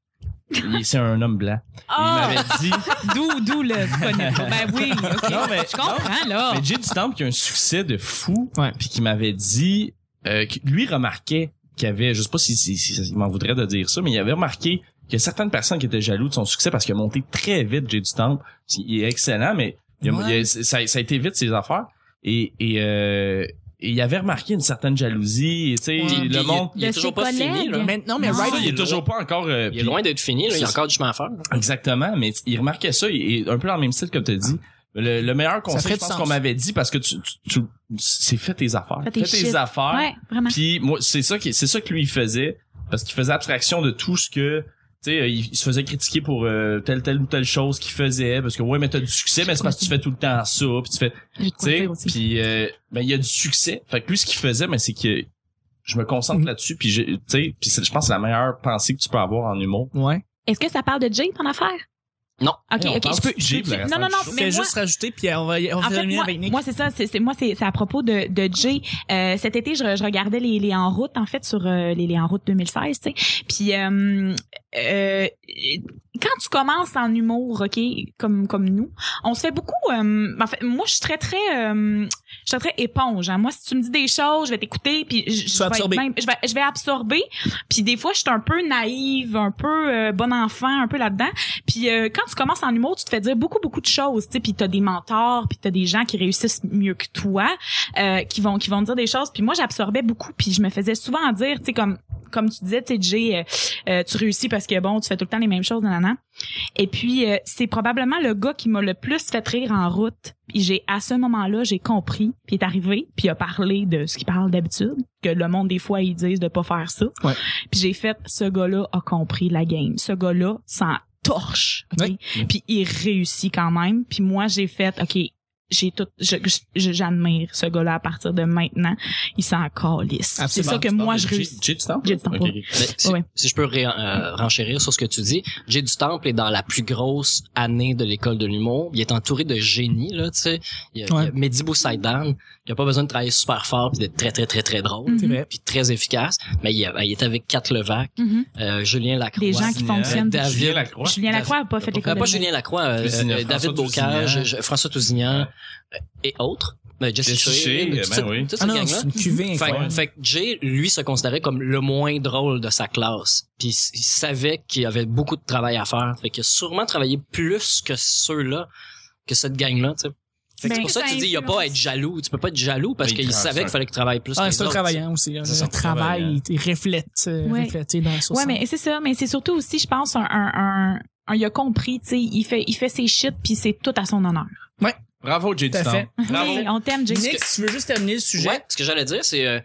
Speaker 4: il- c'est un homme blanc. Et
Speaker 5: Ah!
Speaker 4: Il m'avait dit,
Speaker 5: D'où, d'où le connais pas. Ben oui, (laughs) ok.
Speaker 4: Non, mais-
Speaker 5: je comprends, là.
Speaker 4: mais Jay Dutemple qui a un succès de fou,
Speaker 2: Ah. Ouais.
Speaker 4: puis qui m'avait dit, euh, que lui remarquait qui avait, je sais pas si, si, si- il m'en voudrait de dire ça, mais il avait remarqué qu'il y a certaines personnes qui étaient jaloux de son succès parce qu'il a monté très vite Jay du Temple. Il est excellent, mais il a-
Speaker 2: Ouais.
Speaker 4: il a- ça, ça a été vite ses affaires. Et, et, euh, et il avait remarqué une certaine jalousie. Et, tu sais,
Speaker 2: Ouais.
Speaker 3: Puis,
Speaker 4: le
Speaker 3: il-
Speaker 4: monde...
Speaker 3: Il est
Speaker 5: De
Speaker 3: toujours
Speaker 5: ses
Speaker 3: pas fini,
Speaker 5: collègues.
Speaker 3: là.
Speaker 2: Mais, non, mais
Speaker 5: Non.
Speaker 4: Ça,
Speaker 2: Ryder,
Speaker 4: il est toujours pas encore... euh,
Speaker 3: Il est
Speaker 4: puis-
Speaker 3: loin d'être fini, là. Il y a encore du chemin à faire. là.
Speaker 4: Exactement, mais il remarquait ça, et un peu dans le même style comme tu dit. Le, le meilleur
Speaker 2: ferait
Speaker 4: conseil,
Speaker 2: du
Speaker 4: je pense
Speaker 2: sens.
Speaker 4: qu'on m'avait dit, parce que tu, tu, tu- c'est fait tes affaires.
Speaker 5: Fais tes shit.
Speaker 4: affaires.
Speaker 5: Ouais, vraiment.
Speaker 4: Puis moi, c'est ça qui, c'est ça que lui il faisait, parce qu'il faisait abstraction de tout ce que, tu sais, il, il se faisait critiquer pour euh, telle telle ou telle chose qu'il faisait, parce que ouais, mais t'as du succès, mais c'est parce que tu fais tout le temps ça, puis tu fais, tu
Speaker 5: J'ai de quoi
Speaker 4: sais,
Speaker 5: dire aussi.
Speaker 4: puis euh, ben il y a du succès. Fait que lui, ce qu'il faisait, ben c'est que je me concentre
Speaker 2: Mhm.
Speaker 4: là-dessus, puis j'ai- tu sais, puis c'est- je pense que c'est la meilleure pensée que tu peux avoir en humour.
Speaker 2: Ouais.
Speaker 5: Est-ce que ça parle de Jay, ton affaire?
Speaker 3: Non.
Speaker 5: OK,
Speaker 4: Hey, on
Speaker 5: OK.
Speaker 4: parle
Speaker 5: Je peux,
Speaker 4: de Jay
Speaker 5: je peux-
Speaker 4: pour le restant
Speaker 5: non, non,
Speaker 4: du
Speaker 5: non.
Speaker 4: show.
Speaker 5: Mais
Speaker 2: Fais
Speaker 5: moi,
Speaker 2: juste rajouter, puis on va, on va
Speaker 5: en fait,
Speaker 2: terminer
Speaker 5: moi,
Speaker 2: avec Nick.
Speaker 5: moi, c'est ça. C'est c'est- moi, c'est c'est à propos de, de Jay. Euh, cet été, je, je regardais les, les en route, en fait, sur euh, les, les en route 2016, tu sais. Puis, euh, euh, quand tu commences en humour, OK, comme, comme nous, on se fait beaucoup... euh, en fait, moi, je suis très, très... euh, je suis très éponge. hein. Moi, si tu me dis des choses, je vais t'écouter, puis je, je
Speaker 2: vas
Speaker 5: vais être
Speaker 2: absorber.
Speaker 5: même- je, vais, je vais absorber. Puis des fois, je suis un peu naïve, un peu euh, bon enfant, un peu là-dedans. Puis euh, quand tu commences en humour, tu te fais dire beaucoup, beaucoup de choses. Tu sais, puis t'as des mentors, puis t'as des gens qui réussissent mieux que toi, euh, qui vont, qui vont te dire des choses. Puis moi, j'absorbais beaucoup, puis je me faisais souvent dire, tu sais, comme comme tu disais, tu sais, Jay, euh, euh, tu réussis parce que bon, tu fais tout le temps les mêmes choses, nanana. Et puis, euh, c'est probablement le gars qui m'a le plus fait rire en route. Puis j'ai, à ce moment-là, j'ai compris, puis il est arrivé, puis il a parlé de ce qu'il parle d'habitude, que le monde, des fois, ils disent de pas faire ça.
Speaker 2: Ouais.
Speaker 5: Puis j'ai fait, ce gars-là a compris la game. Ce gars-là s'en torche, OK?
Speaker 2: Oui.
Speaker 5: Puis il réussit quand même. Puis moi, j'ai fait, OK, j'ai tout, je- je- j'admire ce gars-là à partir de maintenant. Il s'en calisse. C'est
Speaker 2: Absolument.
Speaker 5: ça que
Speaker 4: Tu parles
Speaker 5: moi,
Speaker 4: de
Speaker 5: je
Speaker 4: Jay-
Speaker 5: réussis.
Speaker 4: Jay du Temple?
Speaker 5: Jay du Temple,
Speaker 4: Ah, Ok,
Speaker 5: ouais.
Speaker 4: ok.
Speaker 3: Mais si,
Speaker 5: Ouais.
Speaker 3: si je peux ré- euh, renchérir sur ce que tu dis, Jay du Temple est dans la plus grosse année de l'école de l'humour. Il est entouré de génies, là, tu sais. Il y a,
Speaker 2: Ouais.
Speaker 3: il y a Mehdi Boussaïdan. Il a pas besoin de travailler super fort puis d'être très, très, très, très drôle.
Speaker 2: C'est vrai.
Speaker 3: Puis très efficace. Mais il, y a- il est avec Kat Levac,
Speaker 5: Mhm.
Speaker 3: euh, Julien Lacroix.
Speaker 5: Des gens qui
Speaker 4: Cuisinière.
Speaker 5: fonctionnent.
Speaker 3: David
Speaker 4: Julien Lacroix.
Speaker 5: Julien Lacroix a pas fait
Speaker 3: Euh,
Speaker 5: l'école.
Speaker 3: pas
Speaker 5: de-
Speaker 3: Julien Lacroix, euh,
Speaker 4: Tousignan,
Speaker 3: euh, David
Speaker 4: François
Speaker 3: Bocage,
Speaker 4: Tousignan.
Speaker 3: je- François Tousignan euh, et autres. Ben, Jesse
Speaker 4: Jesse
Speaker 3: Shea,
Speaker 4: Shea,
Speaker 3: toute
Speaker 4: ben
Speaker 3: cette-
Speaker 4: oui.
Speaker 3: toute
Speaker 2: Ah
Speaker 3: cette
Speaker 2: non,
Speaker 3: gang-là.
Speaker 2: c'est une cuvée
Speaker 3: Fait,
Speaker 2: incroyable. Ah,
Speaker 3: fait que Jay, lui, se considérait comme le moins drôle de sa classe. Puis il s- il savait qu'il avait beaucoup de travail à faire. Fait qu'il a sûrement travaillé plus que ceux-là, que cette gang-là, tu sais. Fait que
Speaker 5: Ben,
Speaker 3: c'est pour ça que tu dis, il n'y a pas à être jaloux. Tu peux pas être jaloux parce
Speaker 4: Oui,
Speaker 3: qu'il
Speaker 4: c'est
Speaker 3: savait
Speaker 4: ça.
Speaker 3: qu'il fallait qu'il travaille plus. que
Speaker 2: Ah,
Speaker 3: les
Speaker 2: c'est un
Speaker 3: autres.
Speaker 2: travaillant aussi. Là.
Speaker 4: C'est
Speaker 2: Le
Speaker 4: ça,
Speaker 2: travail
Speaker 4: travaillant.
Speaker 2: il reflète, euh,
Speaker 5: Ouais.
Speaker 2: reflété dans son
Speaker 5: Ouais,
Speaker 2: sang.
Speaker 5: mais c'est ça, mais c'est surtout aussi, je pense, un, un, un, un- il a compris, tu sais, il fait, il fait ses shit puis c'est tout à son honneur.
Speaker 4: Bravo, Jay
Speaker 2: Tout à
Speaker 4: du
Speaker 2: fait.
Speaker 4: Temple. Bravo.
Speaker 5: Hey, on t'aime, Jay.
Speaker 2: Nick, si tu veux juste terminer le sujet.
Speaker 3: Ouais, ce que j'allais dire, c'est... euh,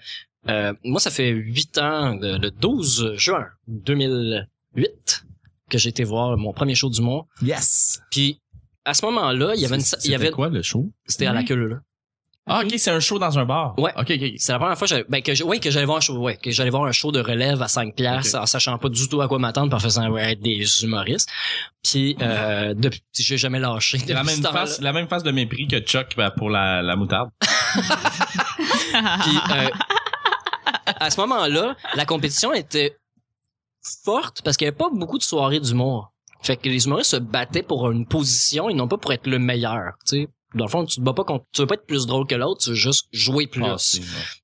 Speaker 3: euh, moi, ça fait 8 ans, de- le 12 juin 2008, que j'ai été voir mon premier show du monde.
Speaker 2: Yes.
Speaker 3: Puis à ce moment-là, il y avait une... sa- il y
Speaker 4: C'était
Speaker 3: avait-
Speaker 4: quoi le show?
Speaker 3: C'était à la
Speaker 5: Ouais.
Speaker 3: queue, là.
Speaker 4: Ah, ok, c'est un show dans un bar.
Speaker 3: Ouais.
Speaker 4: Ok, ok.
Speaker 3: C'est la première fois que j'allais- ben, que j'ai- oui, que j'allais voir un show, ouais, que j'allais voir un show de relève à 5 piastres en sachant pas du tout à quoi m'attendre puis en faisant ouais, des humoristes. Puis euh, depuis j'ai jamais lâché.
Speaker 4: Mm-hmm. La
Speaker 3: Depuis
Speaker 4: même,
Speaker 3: ce temps-là.
Speaker 4: face, la même face de mépris que Chuck ben, pour la, la moutarde.
Speaker 3: Puis euh, à ce moment-là, la compétition était forte parce qu'il y avait pas beaucoup de soirées d'humour. Fait que les humoristes se battaient pour une position et non pas pour être le meilleur, tu sais. Dans le fond, tu te bats pas contre, tu veux pas être plus drôle que l'autre, tu veux juste jouer plus.
Speaker 4: Ah, c'est-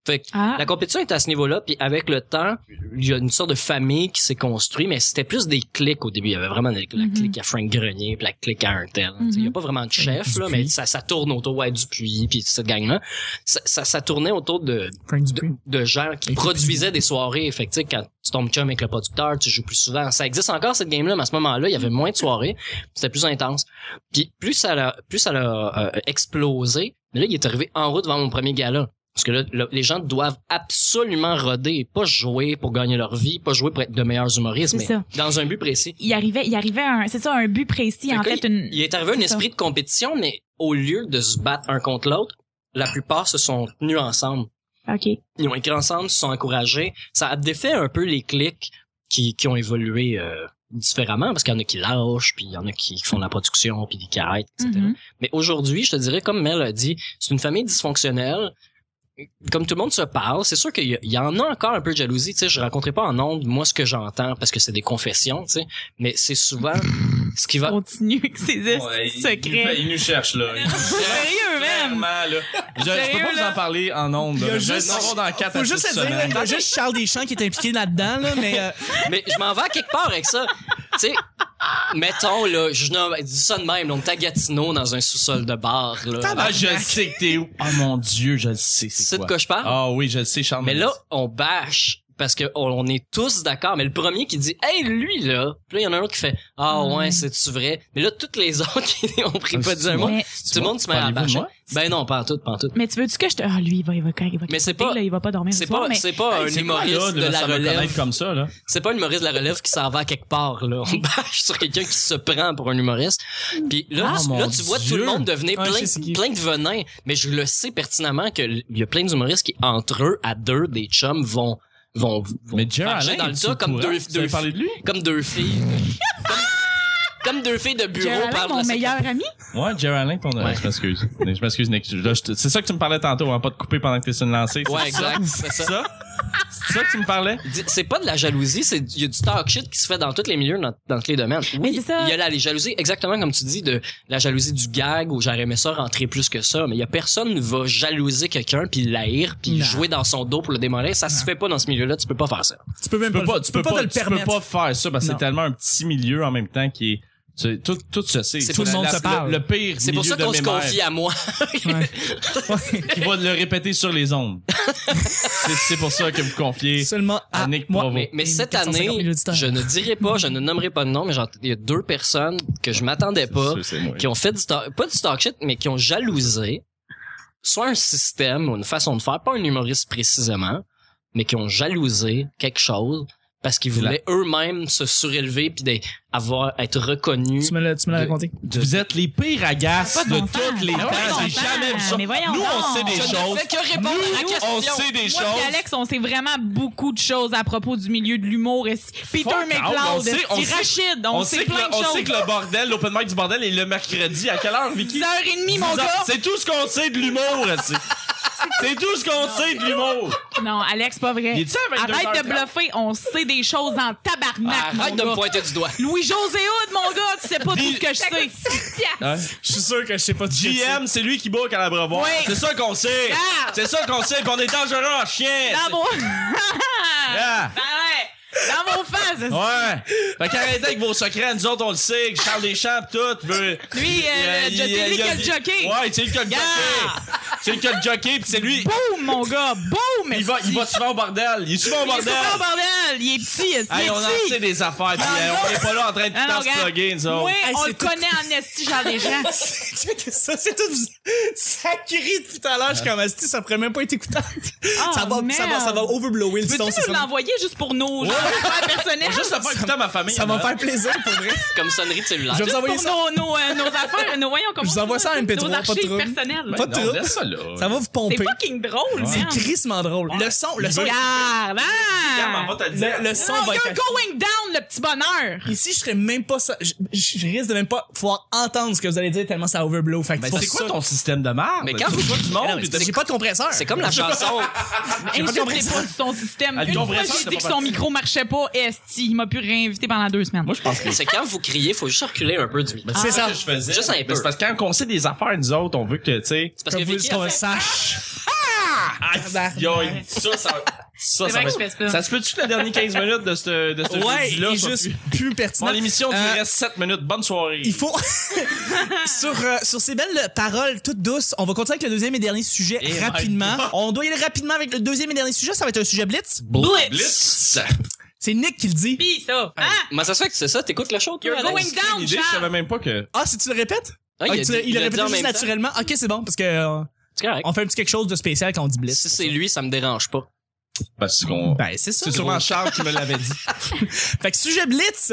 Speaker 3: fait que
Speaker 5: Ah,
Speaker 3: La compétition est à ce niveau-là, puis avec le temps, il y a une sorte de famille qui s'est construite, mais c'était plus des clics au début. Il y avait vraiment des- la
Speaker 5: Mhm.
Speaker 3: clique à Frank Grenier, puis la clique à un tel. Tu sais, Il n'y a pas vraiment de chef, là, mais ça, ça tourne autour ouais, du puits, puis cette gang-là. Ça, ça, ça tournait autour de,
Speaker 2: Frank
Speaker 3: de,
Speaker 2: Dupuis.
Speaker 3: de gens qui
Speaker 2: Et
Speaker 3: produisaient des soirées. Fait que, tu sais, quand tu tombes chum avec le producteur, tu joues plus souvent. Ça existe encore, cette game-là, mais à ce moment-là, il y avait moins de soirées. C'était plus intense. Puis plus ça l'a, plus ça l'a euh, explosé, mais là, il est arrivé en route devant mon premier gala. Parce que là, le- les gens doivent absolument roder, pas jouer pour gagner leur vie, pas jouer pour être de meilleurs humoristes,
Speaker 5: c'est
Speaker 3: mais
Speaker 5: ça.
Speaker 3: dans un but précis.
Speaker 5: Il arrivait, il arrivait à un, c'est ça, un but précis,
Speaker 3: Fait
Speaker 5: en
Speaker 3: que là,
Speaker 5: fait, une,
Speaker 3: Il est arrivé un
Speaker 5: C'est ça.
Speaker 3: esprit de compétition, mais au lieu de se battre un contre l'autre, la plupart se sont tenus ensemble.
Speaker 5: ok.
Speaker 3: ils ont écrit ensemble, ils se sont encouragés. Ça a défait un peu les clics qui, qui ont évolué euh, différemment, parce qu'il y en a qui lâchent, puis il y en a qui font de la production, puis des carrettes, etc.
Speaker 5: Mhm.
Speaker 3: Mais aujourd'hui, je te dirais, comme Mel a dit, c'est une famille dysfonctionnelle comme tout le monde se parle, c'est sûr qu'il y, a- il y en a encore un peu de jalousie. Tu sais, je raconterai pas en ondes, moi, ce que j'entends, parce que c'est des confessions, tu sais. Mais c'est souvent ce qui va...
Speaker 5: Continue avec ses
Speaker 4: Ouais,
Speaker 5: estis de secrets.
Speaker 4: Il, il nous cherche, là.
Speaker 2: (laughs)
Speaker 4: Il nous cherche
Speaker 5: Sérieux,
Speaker 4: clairement,
Speaker 5: même!
Speaker 4: là. Je, je peux
Speaker 5: Sérieux,
Speaker 4: pas vous
Speaker 5: là?
Speaker 4: en parler en ondes.
Speaker 2: Il y a
Speaker 4: là. Je vais
Speaker 2: juste-
Speaker 4: en avoir dans quatre à
Speaker 2: Faut juste
Speaker 4: six
Speaker 2: le dire, là,
Speaker 4: semaines.
Speaker 2: il y a juste Charles Deschamps qui est impliqué là-dedans, là, mais euh,
Speaker 3: Mais je m'en vais à quelque part avec ça. tu sais, mettons, là, je nomme- dis ça de même, là, on est à Gatineau dans un sous-sol de bar, là.
Speaker 4: Ah, je le sais que t'es où.
Speaker 3: Ah,
Speaker 4: Oh mon Dieu, je le sais.
Speaker 3: Tu
Speaker 4: C'est
Speaker 3: sais de
Speaker 4: quoi?
Speaker 3: quoi je parle?
Speaker 4: Ah oui, je le sais, Charles.
Speaker 3: Mais là, on bâche parce que on- on est tous d'accord. Mais le premier qui dit, hey, lui là, puis là il y en a un autre qui fait, ah
Speaker 5: Mm.
Speaker 3: ouais, c'est tu vrai. Mais là, toutes les (laughs) autres qui ont
Speaker 4: Ah,
Speaker 3: pris pas dire un mot,
Speaker 5: Mais,
Speaker 3: tout le monde se met à bâcher. Ben non, pas en tout, pas en tout.
Speaker 5: mais tu veux-tu que je te. Ah, lui, il va, il va, il va, il va
Speaker 3: Mais c'est
Speaker 5: quitter,
Speaker 3: pas-
Speaker 5: là, il va pas dormir.
Speaker 3: C'est
Speaker 5: ce soir,
Speaker 3: pas,
Speaker 5: mais-
Speaker 3: c'est pas un
Speaker 4: C'est quoi,
Speaker 3: humoriste
Speaker 4: là,
Speaker 3: de la relève.
Speaker 4: comme ça, là?
Speaker 3: C'est pas un humoriste de la relève qui s'en va à quelque part, là. On bâche sur quelqu'un qui se prend pour un humoriste. Puis là,
Speaker 4: Ah,
Speaker 3: tu-
Speaker 4: mon
Speaker 3: là, tu vois tout le
Speaker 4: Dieu.
Speaker 3: monde devenir
Speaker 2: Ah, je
Speaker 3: plein,
Speaker 2: sais c'est qui.
Speaker 3: plein de venin. Mais je le sais pertinemment qu'il y a plein d'humoristes qui, entre eux, à deux, des chums, vont, vont, vont
Speaker 4: Mais Jerry
Speaker 3: marcher
Speaker 4: Allen,
Speaker 3: dans le tas comme deux,
Speaker 4: Tu veux
Speaker 3: deux,
Speaker 4: parler de lui?
Speaker 3: comme deux filles. comme, comme deux filles de bureau
Speaker 5: Gerald,
Speaker 3: parlent de
Speaker 5: mon
Speaker 3: la sécurité.
Speaker 5: meilleur ami.
Speaker 4: Ouais, Jerry Allen, ton...
Speaker 3: Ouais.
Speaker 4: Je m'excuse. Je m'excuse, Nick. Là, je te- C'est ça que tu me parlais tantôt, hein, pas de couper pendant que t'es sur une lancée. c'est
Speaker 3: Ouais,
Speaker 4: ça?
Speaker 3: exact, c'est
Speaker 4: C'est
Speaker 3: ça.
Speaker 4: ça? C'est ça que tu me parlais?
Speaker 3: Dis- C'est pas de la jalousie, c'est il y a du talk shit qui se fait dans tous les milieux, dans, dans tous les domaines.
Speaker 5: Mais
Speaker 3: Oui,
Speaker 5: c'est ça.
Speaker 3: il y a la les jalousies, exactement comme tu dis, de la jalousie du gag où j'aurais aimé ça rentrer plus que ça, mais il y a personne qui va jalouser quelqu'un puis l'haïr puis
Speaker 2: Non.
Speaker 3: jouer dans son dos pour le démolir. Ça se fait pas dans ce milieu-là, tu peux pas faire ça.
Speaker 2: tu peux même
Speaker 4: Tu peux
Speaker 2: pas,
Speaker 4: pas,
Speaker 2: le- tu peux pas te le
Speaker 4: tu
Speaker 2: permettre.
Speaker 4: peux pas faire ça parce que
Speaker 2: Non.
Speaker 4: c'est tellement un petit milieu en même temps qui est. tu- tout, tout se sait.
Speaker 3: C'est
Speaker 4: C'est
Speaker 3: tout le
Speaker 4: la-
Speaker 2: monde
Speaker 4: la-
Speaker 2: se parle.
Speaker 4: Le, le pire
Speaker 3: C'est pour
Speaker 4: milieu
Speaker 3: ça
Speaker 4: de
Speaker 3: qu'on se
Speaker 4: mémoire
Speaker 3: confie à moi.
Speaker 2: (laughs) Ouais.
Speaker 4: Qui va le répéter sur les (laughs) ondes. c'est c'est pour ça que vous confiez.
Speaker 2: Seulement à
Speaker 4: À Nick
Speaker 2: moi.
Speaker 4: Bravo.
Speaker 3: Mais, mais
Speaker 2: Et
Speaker 3: cette
Speaker 2: 450 000
Speaker 3: année,
Speaker 2: auditeurs.
Speaker 3: je ne dirai pas, je ne nommerai pas de nom, mais j'en- il y a deux personnes que je m'attendais pas,
Speaker 4: C'est- c'est moi.
Speaker 3: qui ont fait du talk, pas du talk shit, mais qui ont jalousé soit un système ou une façon de faire, pas un humoriste précisément, mais qui ont jalousé quelque chose parce qu'ils
Speaker 4: C'est la-
Speaker 3: voulaient eux-mêmes se surélever puis d'être- avoir être reconnus.
Speaker 2: Tu me l'as, tu me l'as
Speaker 3: de-
Speaker 2: raconté.
Speaker 4: Vous êtes les pires agaces
Speaker 5: Pas de
Speaker 4: de
Speaker 5: bon sens.
Speaker 4: toutes les
Speaker 5: Ah
Speaker 4: temps.
Speaker 5: ouais, pas de
Speaker 4: J'ai
Speaker 5: bon
Speaker 4: jamais vu
Speaker 5: sens.
Speaker 4: ça.
Speaker 5: Mais
Speaker 4: Nous,
Speaker 5: voyons
Speaker 4: on
Speaker 5: donc.
Speaker 4: sait des
Speaker 3: Je ne
Speaker 4: choses.
Speaker 3: fais que répondre à la question.
Speaker 4: On sait des
Speaker 5: Moi et
Speaker 4: choses.
Speaker 5: Alex, on sait vraiment beaucoup de choses à propos du milieu de l'humour. est-ce- Peter
Speaker 4: out, on
Speaker 5: McLeod,
Speaker 4: sait-
Speaker 5: est-ce-
Speaker 4: on sait-
Speaker 5: Rachid, on,
Speaker 4: que
Speaker 5: sait, plein
Speaker 4: le,
Speaker 5: de
Speaker 4: on sait
Speaker 5: choses.
Speaker 4: que le bordel, l'open mic du bordel est le mercredi. À quelle heure, Vicky?
Speaker 5: 10h30, mon
Speaker 4: Dix heures.
Speaker 5: gars!
Speaker 4: C'est tout ce qu'on sait de l'humour.
Speaker 5: (laughs)
Speaker 4: c'est- C'est tout ce qu'on sait de l'humour.
Speaker 5: Non, Alex, pas
Speaker 4: Il
Speaker 5: vrai.
Speaker 4: est-tu à 22
Speaker 5: Arrête de
Speaker 4: heures trente?
Speaker 5: bluffer, on sait des choses en tabarnak,
Speaker 3: Arrête
Speaker 5: mon
Speaker 3: de me
Speaker 5: gars.
Speaker 3: pointer du doigt. (laughs)
Speaker 5: Louis-José Hood, mon gars, tu sais pas tout ce que je sais.
Speaker 2: Je suis sûr que je sais pas tout
Speaker 4: JM, c'est lui qui book à la brevoire.
Speaker 5: Oui.
Speaker 4: C'est ça qu'on sait.
Speaker 5: Ah.
Speaker 4: C'est ça qu'on sait. Puis on est dangereux en chien. (laughs)
Speaker 5: Dans mon...
Speaker 4: Ah.
Speaker 5: Ben ouais, dans mon face. est-ce-
Speaker 4: Ouais. Fait qu'arrêtez avec vos secrets. Nous autres, on le sait. que Charles Deschamps, pis tout. veut-
Speaker 5: Lui, euh,
Speaker 4: il-
Speaker 5: je
Speaker 4: il-
Speaker 5: t'ai dit
Speaker 4: il-
Speaker 5: quel
Speaker 4: il-
Speaker 5: jockey. Ah.
Speaker 4: Ouais, c'est lui qui a le
Speaker 5: Yeah.
Speaker 4: jockey. C'est lui qui a le jockey, pis c'est lui.
Speaker 5: Boum, mon gars, boum!
Speaker 4: Il va, il va souvent au bordel. Il est souvent au
Speaker 5: Il est
Speaker 4: bordel.
Speaker 5: super au bordel, il est petit, est-ce- il est
Speaker 4: Hey, on en
Speaker 5: petit.
Speaker 4: sait des affaires. Pis, euh, on est pas là en train de tout
Speaker 5: Ah
Speaker 4: le
Speaker 5: non,
Speaker 4: temps se
Speaker 5: regarde.
Speaker 4: plugger, nous autres.
Speaker 5: Oui,
Speaker 2: Hey,
Speaker 5: on
Speaker 2: c'est
Speaker 5: le
Speaker 2: tout-
Speaker 5: connaît en esti, genre
Speaker 2: (laughs)
Speaker 5: des gens.
Speaker 2: Check ça, c'est tout sacré depuis tout à l'heure. Je suis comme asti, ça pourrait même pas être écoutant.
Speaker 5: Ah,
Speaker 2: ça, va, ça va, ça va overblower le son.
Speaker 5: Peux-tu
Speaker 2: c'est
Speaker 5: nous
Speaker 2: Ça,
Speaker 5: l'envoyer juste pour nos gens personnels?
Speaker 4: Juste à faire écouter à ma famille.
Speaker 2: ça va
Speaker 4: là.
Speaker 2: faire plaisir pour vrai.
Speaker 3: Comme sonnerie de cellulaire.
Speaker 2: Je vais vous
Speaker 5: pour
Speaker 2: envoyer ça.
Speaker 5: nos, nos, euh, nos affaires, nos voyons comment
Speaker 2: Je vous envoie ça en MP3,
Speaker 5: Nos
Speaker 2: pas de
Speaker 5: archives
Speaker 2: trouble.
Speaker 5: personnelles.
Speaker 2: Pas de
Speaker 4: Non,
Speaker 2: trouble.
Speaker 4: laisse ça là.
Speaker 2: Ça va vous
Speaker 5: C'est
Speaker 2: pomper.
Speaker 5: fucking drôle,
Speaker 2: C'est
Speaker 5: man.
Speaker 2: crissement drôle. Le son, le son,
Speaker 5: Regarde,
Speaker 4: Cam, on va
Speaker 5: hein?
Speaker 4: te le dire.
Speaker 2: le, le son
Speaker 5: Non,
Speaker 2: va
Speaker 5: you're
Speaker 2: être.
Speaker 5: going down, le petit bonheur.
Speaker 2: Ici, je serais même pas ça. Je, je- je risque de même pas pouvoir entendre ce que vous allez dire tellement ça overblow. Fait que
Speaker 4: Ben,
Speaker 2: pour
Speaker 4: c'est quoi
Speaker 2: ça-
Speaker 4: ton système de merde?
Speaker 3: Mais quand
Speaker 4: Tu
Speaker 3: vous-
Speaker 4: vois du monde,
Speaker 2: Ah non, mais
Speaker 4: puis
Speaker 2: c'est- J'ai
Speaker 4: t'as-
Speaker 2: pas de compresseur.
Speaker 3: C'est comme la chanson.
Speaker 5: Insultez pas son système.
Speaker 4: Ah, le
Speaker 5: Une fois,
Speaker 4: compresseur,
Speaker 5: j'ai
Speaker 4: c'est pas
Speaker 5: dit que son
Speaker 4: parti.
Speaker 5: micro marchait pas, esti. Il m'a pu réinviter pendant deux semaines.
Speaker 4: Moi, je pense que
Speaker 3: C'est quand vous criez, faut juste reculer un peu du micro. Ah.
Speaker 2: C'est ça.
Speaker 4: que je faisais.
Speaker 3: Juste un
Speaker 4: Mais
Speaker 3: peu.
Speaker 4: C'est parce que quand on sait des affaires, nous autres, on veut que, tu sais.
Speaker 3: C'est parce
Speaker 2: Comme
Speaker 3: que
Speaker 2: vous
Speaker 3: Vicky
Speaker 2: qu'on
Speaker 3: a
Speaker 2: le
Speaker 3: fait-
Speaker 2: sache.
Speaker 4: Ah!
Speaker 2: Tabarnak.
Speaker 4: Yo, ça, ça, ça,
Speaker 5: C'est
Speaker 4: ça,
Speaker 5: vrai
Speaker 4: va-
Speaker 5: que je fais ça.
Speaker 4: se peut-tu que les dernières 15 minutes de ce, de ce
Speaker 2: Ouais, il
Speaker 4: jeudi-là
Speaker 2: est
Speaker 4: soit
Speaker 2: juste
Speaker 4: plus-
Speaker 2: plus pertinent.
Speaker 4: Bon, l'émission, il
Speaker 2: Euh,
Speaker 4: reste 7 minutes. Bonne soirée.
Speaker 2: Il faut (laughs) sur euh, sur ces belles paroles toutes douces, on va continuer avec le deuxième et dernier sujet
Speaker 4: Eh my
Speaker 2: rapidement.
Speaker 4: God.
Speaker 2: On doit y aller rapidement avec le deuxième et dernier sujet, ça va être un sujet blitz.
Speaker 5: Blitz!
Speaker 4: Blitz!
Speaker 2: C'est Nick qui le dit.
Speaker 5: Pis ça. Hein?
Speaker 3: Mais ça se fait que c'est ça, t'écoutes le show, toi,
Speaker 5: You're
Speaker 3: Alex?
Speaker 5: going
Speaker 4: Une
Speaker 5: down,
Speaker 4: idée, je savais
Speaker 5: Charles.
Speaker 4: même pas que.
Speaker 2: Ah, si tu le répètes
Speaker 3: Ah,
Speaker 2: Ah,
Speaker 3: a
Speaker 2: tu
Speaker 3: dit-
Speaker 2: le- il
Speaker 3: a
Speaker 2: le
Speaker 3: dit
Speaker 2: répète
Speaker 3: en
Speaker 2: juste
Speaker 3: même temps.
Speaker 2: naturellement. OK, c'est bon parce que euh,
Speaker 3: C'est correct.
Speaker 2: on fait un petit quelque chose de spécial quand on dit blitz.
Speaker 3: Si c'est lui, ça me dérange pas.
Speaker 4: Parce qu'on.
Speaker 2: Ben, c'est ça.
Speaker 4: C'est
Speaker 2: gros.
Speaker 4: sûrement Charles qui me l'avait dit.
Speaker 2: (laughs) Fait que sujet blitz.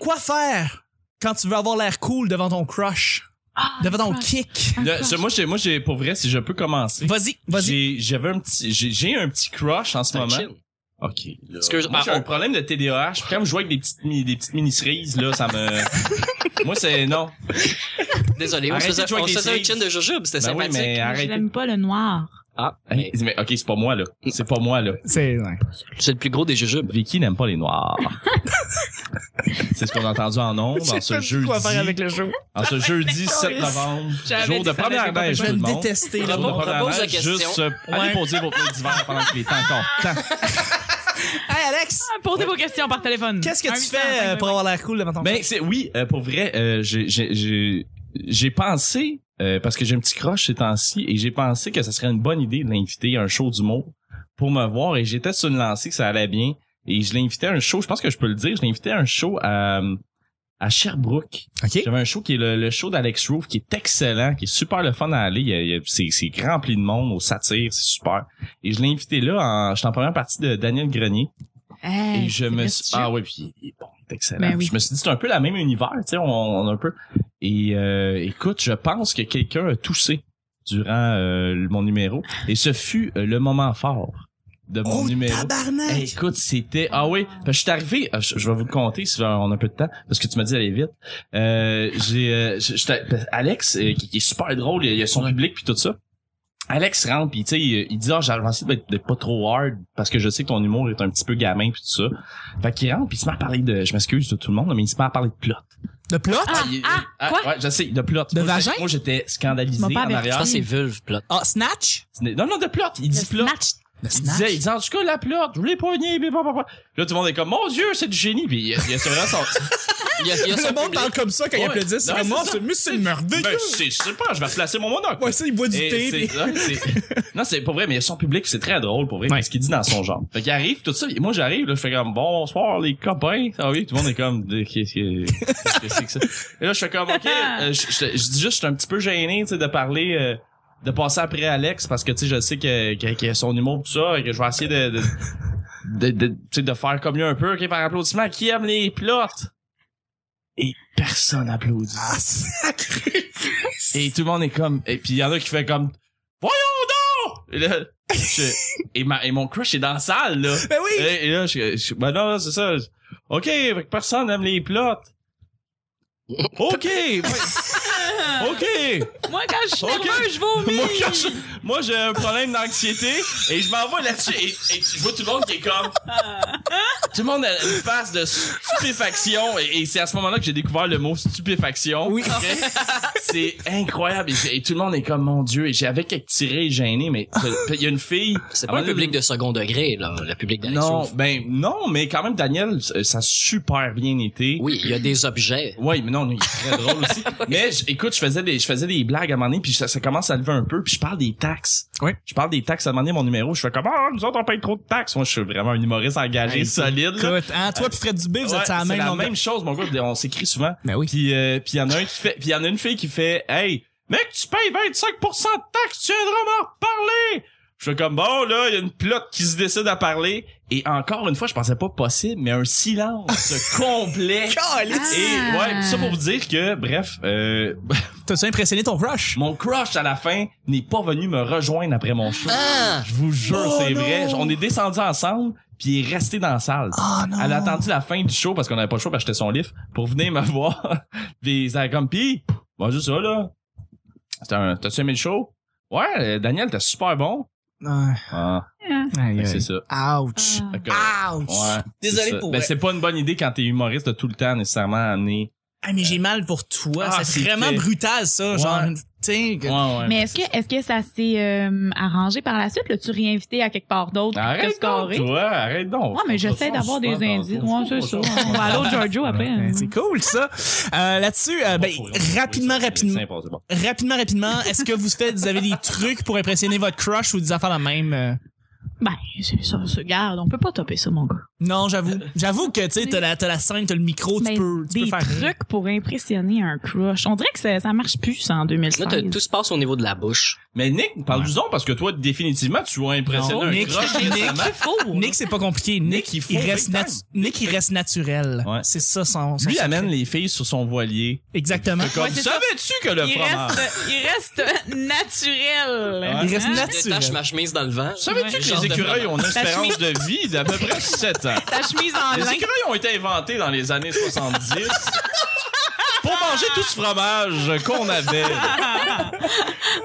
Speaker 2: Quoi faire quand tu veux avoir l'air cool devant ton crush,
Speaker 5: Ah,
Speaker 2: devant ton kick
Speaker 4: Le- ce- moi, j'ai, moi, j'ai, pour vrai, si je peux commencer.
Speaker 2: Vas-y, vas-y.
Speaker 4: J'ai, j'avais un petit, j'ai, j'ai un petit crush en ce moment.
Speaker 3: Chill.
Speaker 4: Ok. là.
Speaker 3: Excuse-
Speaker 4: moi, j'ai
Speaker 3: ah,
Speaker 4: un
Speaker 3: on-
Speaker 4: problème de TDAH. Puis Quand je joue avec des petites, mi- des petites mini-cerises, là, ça me. moi, c'est non.
Speaker 3: Désolé, on se
Speaker 4: Arrêtez de
Speaker 3: faisait,
Speaker 4: jouer
Speaker 3: on
Speaker 4: avec
Speaker 3: se
Speaker 4: des
Speaker 3: faisait un
Speaker 4: cerises.
Speaker 3: chin de jujube, c'était
Speaker 4: Ben oui,
Speaker 3: sympathique.
Speaker 4: mais
Speaker 5: Je
Speaker 4: arrête.
Speaker 5: l'aime pas, le noir.
Speaker 3: Ah,
Speaker 4: Hey,
Speaker 3: mais
Speaker 4: Mais ok, c'est pas moi là. C'est pas moi là.
Speaker 2: C'est. ouais.
Speaker 3: c'est le plus gros des jujubes.
Speaker 4: Vicky n'aime pas les noirs. c'est ce qu'on a entendu en
Speaker 2: Je
Speaker 4: nombre
Speaker 2: sais
Speaker 4: en ce
Speaker 2: pas
Speaker 4: jeudi.
Speaker 2: Quoi faire avec le jeu?
Speaker 4: En ce jeudi 7 novembre,
Speaker 5: J'avais
Speaker 4: jour
Speaker 5: dit
Speaker 4: de
Speaker 5: que ça
Speaker 4: première
Speaker 5: allait pas
Speaker 4: neige
Speaker 2: Je
Speaker 4: tout
Speaker 2: vais
Speaker 4: ben, le
Speaker 2: le
Speaker 4: monde.
Speaker 2: détester, là.
Speaker 4: Jour de
Speaker 3: Repose-
Speaker 4: première
Speaker 3: repose la
Speaker 4: neige,
Speaker 3: question.
Speaker 4: Juste, euh, allez poser vos pneus d'hiver pendant qu'il est encore temps.
Speaker 2: Hey, Alex!
Speaker 5: Ah, Posez vos questions par téléphone.
Speaker 2: Qu'est-ce
Speaker 5: Un
Speaker 2: que tu
Speaker 5: huit cent
Speaker 2: fais euh,
Speaker 5: cinq
Speaker 2: pour avoir l'air cool devant ton
Speaker 4: Ben c'est oui, euh, pour vrai, euh, j'ai- j'ai- j'ai j'ai pensé euh, parce que j'ai un petit croche ces temps-ci et j'ai pensé que ça serait une bonne idée de l'inviter à un show d'humour pour me voir et j'étais sur une lancée que ça allait bien et je l'ai invité à un show, je pense que je peux le dire, je l'ai invité à un show à à Sherbrooke.
Speaker 2: OK.
Speaker 4: J'avais un show qui est le, le show d'Alex Roof qui est excellent, qui est super le fun à aller. Il y a- il y a- C'est c'est rempli de monde, au satire, c'est super. Et je l'ai invité là, en, j'étais en première partie de Daniel Grenier.
Speaker 5: Hey,
Speaker 4: et je
Speaker 5: c'est
Speaker 4: me suis,
Speaker 5: prestigieux.
Speaker 4: ah ouais, puis il est bon, il est excellent.
Speaker 5: Ben oui.
Speaker 4: Je me suis dit c'est un peu la même univers, tu sais, on, on a un peu. Et euh, écoute, je pense que quelqu'un a toussé durant euh, le- mon numéro, et ce fut euh, le moment fort de mon
Speaker 2: Oh,
Speaker 4: numéro.
Speaker 2: tabarnak!
Speaker 4: Hey, écoute, c'était ah oui, parce que je suis arrivé, euh, je, je vais vous le compter si on a un peu de temps parce que tu m'as dit d'aller vite. Euh, j'ai euh, je- j'étais- parce que Alex euh, qui, qui est super drôle, il y a son public puis tout ça. Alex rentre puis tu sais il, il dit ah j'ai essayé d'être d'être pas trop hard parce que je sais que ton humour est un petit peu gamin puis tout ça. Fait qu'il rentre puis il se met à parler de je m'excuse de tout le monde mais il se met à parler de plot.
Speaker 2: De plot?
Speaker 5: Ah,
Speaker 4: Il-
Speaker 5: ah,
Speaker 4: ah,
Speaker 5: quoi?
Speaker 4: ouais, je sais de plot.
Speaker 2: De
Speaker 4: Moi, j'ai-
Speaker 2: vagin?
Speaker 4: Moi j'étais scandalisé
Speaker 5: Tu m'as pas
Speaker 4: en
Speaker 5: averti.
Speaker 3: Je
Speaker 4: arrière.
Speaker 3: pense que c'est vulve, plot.
Speaker 2: Ah, Snatch?
Speaker 4: Non non de plot, il dit
Speaker 5: Le
Speaker 4: plot.
Speaker 5: snatch.
Speaker 2: Le
Speaker 4: Il disait, il disait, en tout cas, la plot, je voulais poigner, puis blablabla. Là, tout le monde est comme, mon Dieu, c'est du génie. Puis il y a, il y a c'est vraiment son-
Speaker 3: Il y
Speaker 4: (laughs)
Speaker 3: a, il y a
Speaker 2: Le
Speaker 3: son
Speaker 2: monde
Speaker 3: public.
Speaker 2: parle comme ça quand il
Speaker 4: Ouais.
Speaker 2: applaudit. C'est
Speaker 4: Non,
Speaker 2: comme
Speaker 4: c'est
Speaker 2: moi,
Speaker 4: ça.
Speaker 2: c'est mais c'est le merveilleux.
Speaker 4: Ben, c'est super, je vais replacer mon monocle.
Speaker 2: Ouais, ça, il boit du
Speaker 4: Et c'est-
Speaker 2: thé. puis-
Speaker 4: ouais,
Speaker 2: (laughs)
Speaker 4: c'est- non, c'est pas vrai, mais il y a son public, puis c'est très drôle, pour vrai,
Speaker 2: Ouais.
Speaker 4: ce qu'il dit dans son genre. Fait qu'il arrive, tout ça, et moi, j'arrive, là, je fais comme, bonsoir, les copains. Ah oui, tout le monde est comme, De- qu'est-ce que qu'est-ce que c'est que ça? Et là, je fais comme, ok, euh, je, je- je dis juste, je suis un petit peu gêné, tu sais, de parler, euh, de passer après Alex, parce que, tu sais, je sais que, que, que son humour, tout ça, et que je vais essayer de, de, de, de, tu sais, de faire comme lui un peu, ok, par applaudissement, qui aime les plots? Et personne applaudit.
Speaker 2: Ah, sacré!
Speaker 4: Et tout le monde est comme. Et puis il y en a qui fait comme. Voyons donc! Et là. je- et, ma- et mon crush est dans la salle, là.
Speaker 2: Ben oui!
Speaker 4: Et, et là, je, je- ben non, là, c'est ça. Je- OK, fait que personne aime les plots. OK!
Speaker 2: (laughs)
Speaker 4: ouais. OK!
Speaker 5: Moi, quand je suis
Speaker 4: Ok.
Speaker 5: nerveux, je vomis.
Speaker 4: Moi, quand je- moi, j'ai un problème d'anxiété et je m'en vais là-dessus et, et je vois tout le monde qui est
Speaker 5: (laughs)
Speaker 4: comme. Tout le monde a une face de stupéfaction et, et c'est à ce moment-là que j'ai découvert le mot stupéfaction.
Speaker 2: Oui.
Speaker 4: Ok? c'est incroyable et, c'est- et tout le monde est comme mon Dieu et j'avais quelques tirés gênés mais il y a une fille.
Speaker 3: C'est pas un public de second degré, là, le public d'Alex
Speaker 4: Ah Non,
Speaker 3: Roof.
Speaker 4: ben non, mais quand même Daniel, euh, ça a super bien été.
Speaker 3: Oui, il y a des objets.
Speaker 4: Oui, mais non, il est très drôle
Speaker 2: (laughs)
Speaker 4: aussi. Mais je- écoute, je faisais des, je faisais des blagues à un moment donné, puis ça, ça commence à lever un peu, puis je parle des taxes.
Speaker 2: Oui.
Speaker 4: Je parle des taxes à un moment donné, mon numéro, je fais comme, ah, nous autres, on paye trop de taxes. Moi, je suis vraiment un humoriste engagé,
Speaker 2: Hey,
Speaker 4: solide, là.
Speaker 2: Écoute, hein, toi puis Fred Dubé, vous
Speaker 4: Ouais,
Speaker 2: êtes sur la
Speaker 4: c'est
Speaker 2: même longueur.
Speaker 4: chose, mon gars, on s'écrit souvent.
Speaker 2: Ben oui.
Speaker 4: Puis, euh, puis il y en a un qui fait, puis il y en a une fille qui fait, hey, mec, tu payes 25% de taxes, tu viendras m'en reparler! Je fais comme, bon, là, il y a une plotte qui se décide à parler. Et encore une fois, je pensais pas possible, mais un
Speaker 2: (laughs)
Speaker 4: silence complet.
Speaker 5: Ah.
Speaker 2: Calice!
Speaker 4: Et ouais, pis ça pour vous dire que, bref, euh, (laughs)
Speaker 2: T'as-tu impressionné ton crush?
Speaker 4: mon crush à la fin n'est pas venu me rejoindre après mon show.
Speaker 3: Ah!
Speaker 4: Je vous jure,
Speaker 2: Oh
Speaker 4: c'est
Speaker 2: non!
Speaker 4: vrai. On est descendus ensemble, puis il est resté dans la salle.
Speaker 2: Ah non!
Speaker 4: Elle a attendu la fin du show parce qu'on avait pas le choix parce que j'étais son livre pour venir me (laughs) voir. puis ça a comme pis, bon juste ça là. C'était un- T'as-tu aimé le show? Ouais, euh, Daniel, t'es super bon.
Speaker 2: Ah,
Speaker 4: Ah,
Speaker 2: aïe,
Speaker 4: ben,
Speaker 2: aïe.
Speaker 4: c'est ça.
Speaker 2: Ouch!
Speaker 5: Ah.
Speaker 4: Fait que,
Speaker 2: Ouch!
Speaker 4: ouais,
Speaker 2: Désolé
Speaker 4: c'est ça.
Speaker 2: pour
Speaker 4: Ben,
Speaker 2: elle.
Speaker 4: c'est pas une bonne idée quand t'es humoriste de tout le temps nécessairement amener.
Speaker 2: Ah, mais j'ai mal pour toi.
Speaker 4: Ah,
Speaker 2: c'est
Speaker 4: c'était-
Speaker 2: vraiment brutal, ça.
Speaker 4: Ouais.
Speaker 2: Genre, tiens, que-
Speaker 4: Ouais, ouais. ben,
Speaker 5: Mais est-ce que, est-ce que ça s'est euh, arrangé par la suite? L'as-tu réinvité à quelque part d'autre pour te
Speaker 4: Arrête donc,
Speaker 5: scorer?
Speaker 4: toi, arrête donc.
Speaker 5: Ouais, Ah, mais j'essaie d'avoir des indices. Ouais, c'est ça. On va aller au Giorgio après.
Speaker 2: Ben, c'est cool, ça. Euh, Là-dessus, euh, ben, rapidement, rapidement,
Speaker 4: rapidement.
Speaker 2: rapidement, rapidement, est-ce que vous faites, vous avez des trucs pour impressionner votre crush ou des affaires la même? euh?
Speaker 5: Ben, c'est ça, se garde. On peut pas topper ça, mon gars.
Speaker 2: Non, j'avoue. J'avoue que, tu sais, t'as la, t'as la scène, t'as le micro, Oh, tu
Speaker 5: Ben,
Speaker 2: peux, tu
Speaker 5: des
Speaker 2: peux faire rire.
Speaker 5: trucs pour impressionner un crush. On dirait que ça, ça marche plus, ça, en
Speaker 3: Là, t'as-
Speaker 5: 2016.
Speaker 3: tout se passe au niveau de la bouche.
Speaker 4: Mais Nick, parle-nous-en parce que toi, définitivement, tu vas
Speaker 2: Non,
Speaker 4: impressionner
Speaker 2: Nick,
Speaker 4: un crush.
Speaker 2: Nick,
Speaker 4: récemment.
Speaker 5: faux.
Speaker 2: Nick, c'est pas compliqué. Nick,
Speaker 4: Nick, il faut
Speaker 2: il, reste
Speaker 4: big time.
Speaker 2: natu- Nick, il reste naturel.
Speaker 4: Ouais.
Speaker 2: C'est ça son, son
Speaker 4: Lui
Speaker 2: secret.
Speaker 4: amène les filles sur son voilier.
Speaker 2: Exactement.
Speaker 4: Comme,
Speaker 5: Ouais, c'est ça.
Speaker 4: savais-tu que le
Speaker 5: il
Speaker 4: fromage...
Speaker 5: reste, il reste naturel.
Speaker 4: Ouais.
Speaker 2: Il reste
Speaker 5: Hein?
Speaker 3: Je détache
Speaker 2: naturel.
Speaker 3: ma chemise dans le vent.
Speaker 4: Ah, Savais-tu
Speaker 3: Ouais,
Speaker 4: que
Speaker 3: genre
Speaker 4: les
Speaker 3: de
Speaker 4: écureuils
Speaker 3: vraiment.
Speaker 4: ont une espérance de vie d'à peu près 7 ans?
Speaker 5: Ta chemise en
Speaker 4: Les
Speaker 5: lin. (laughs)
Speaker 4: écureuils ont été inventés dans les années 70 pour mangé tout ce fromage qu'on avait.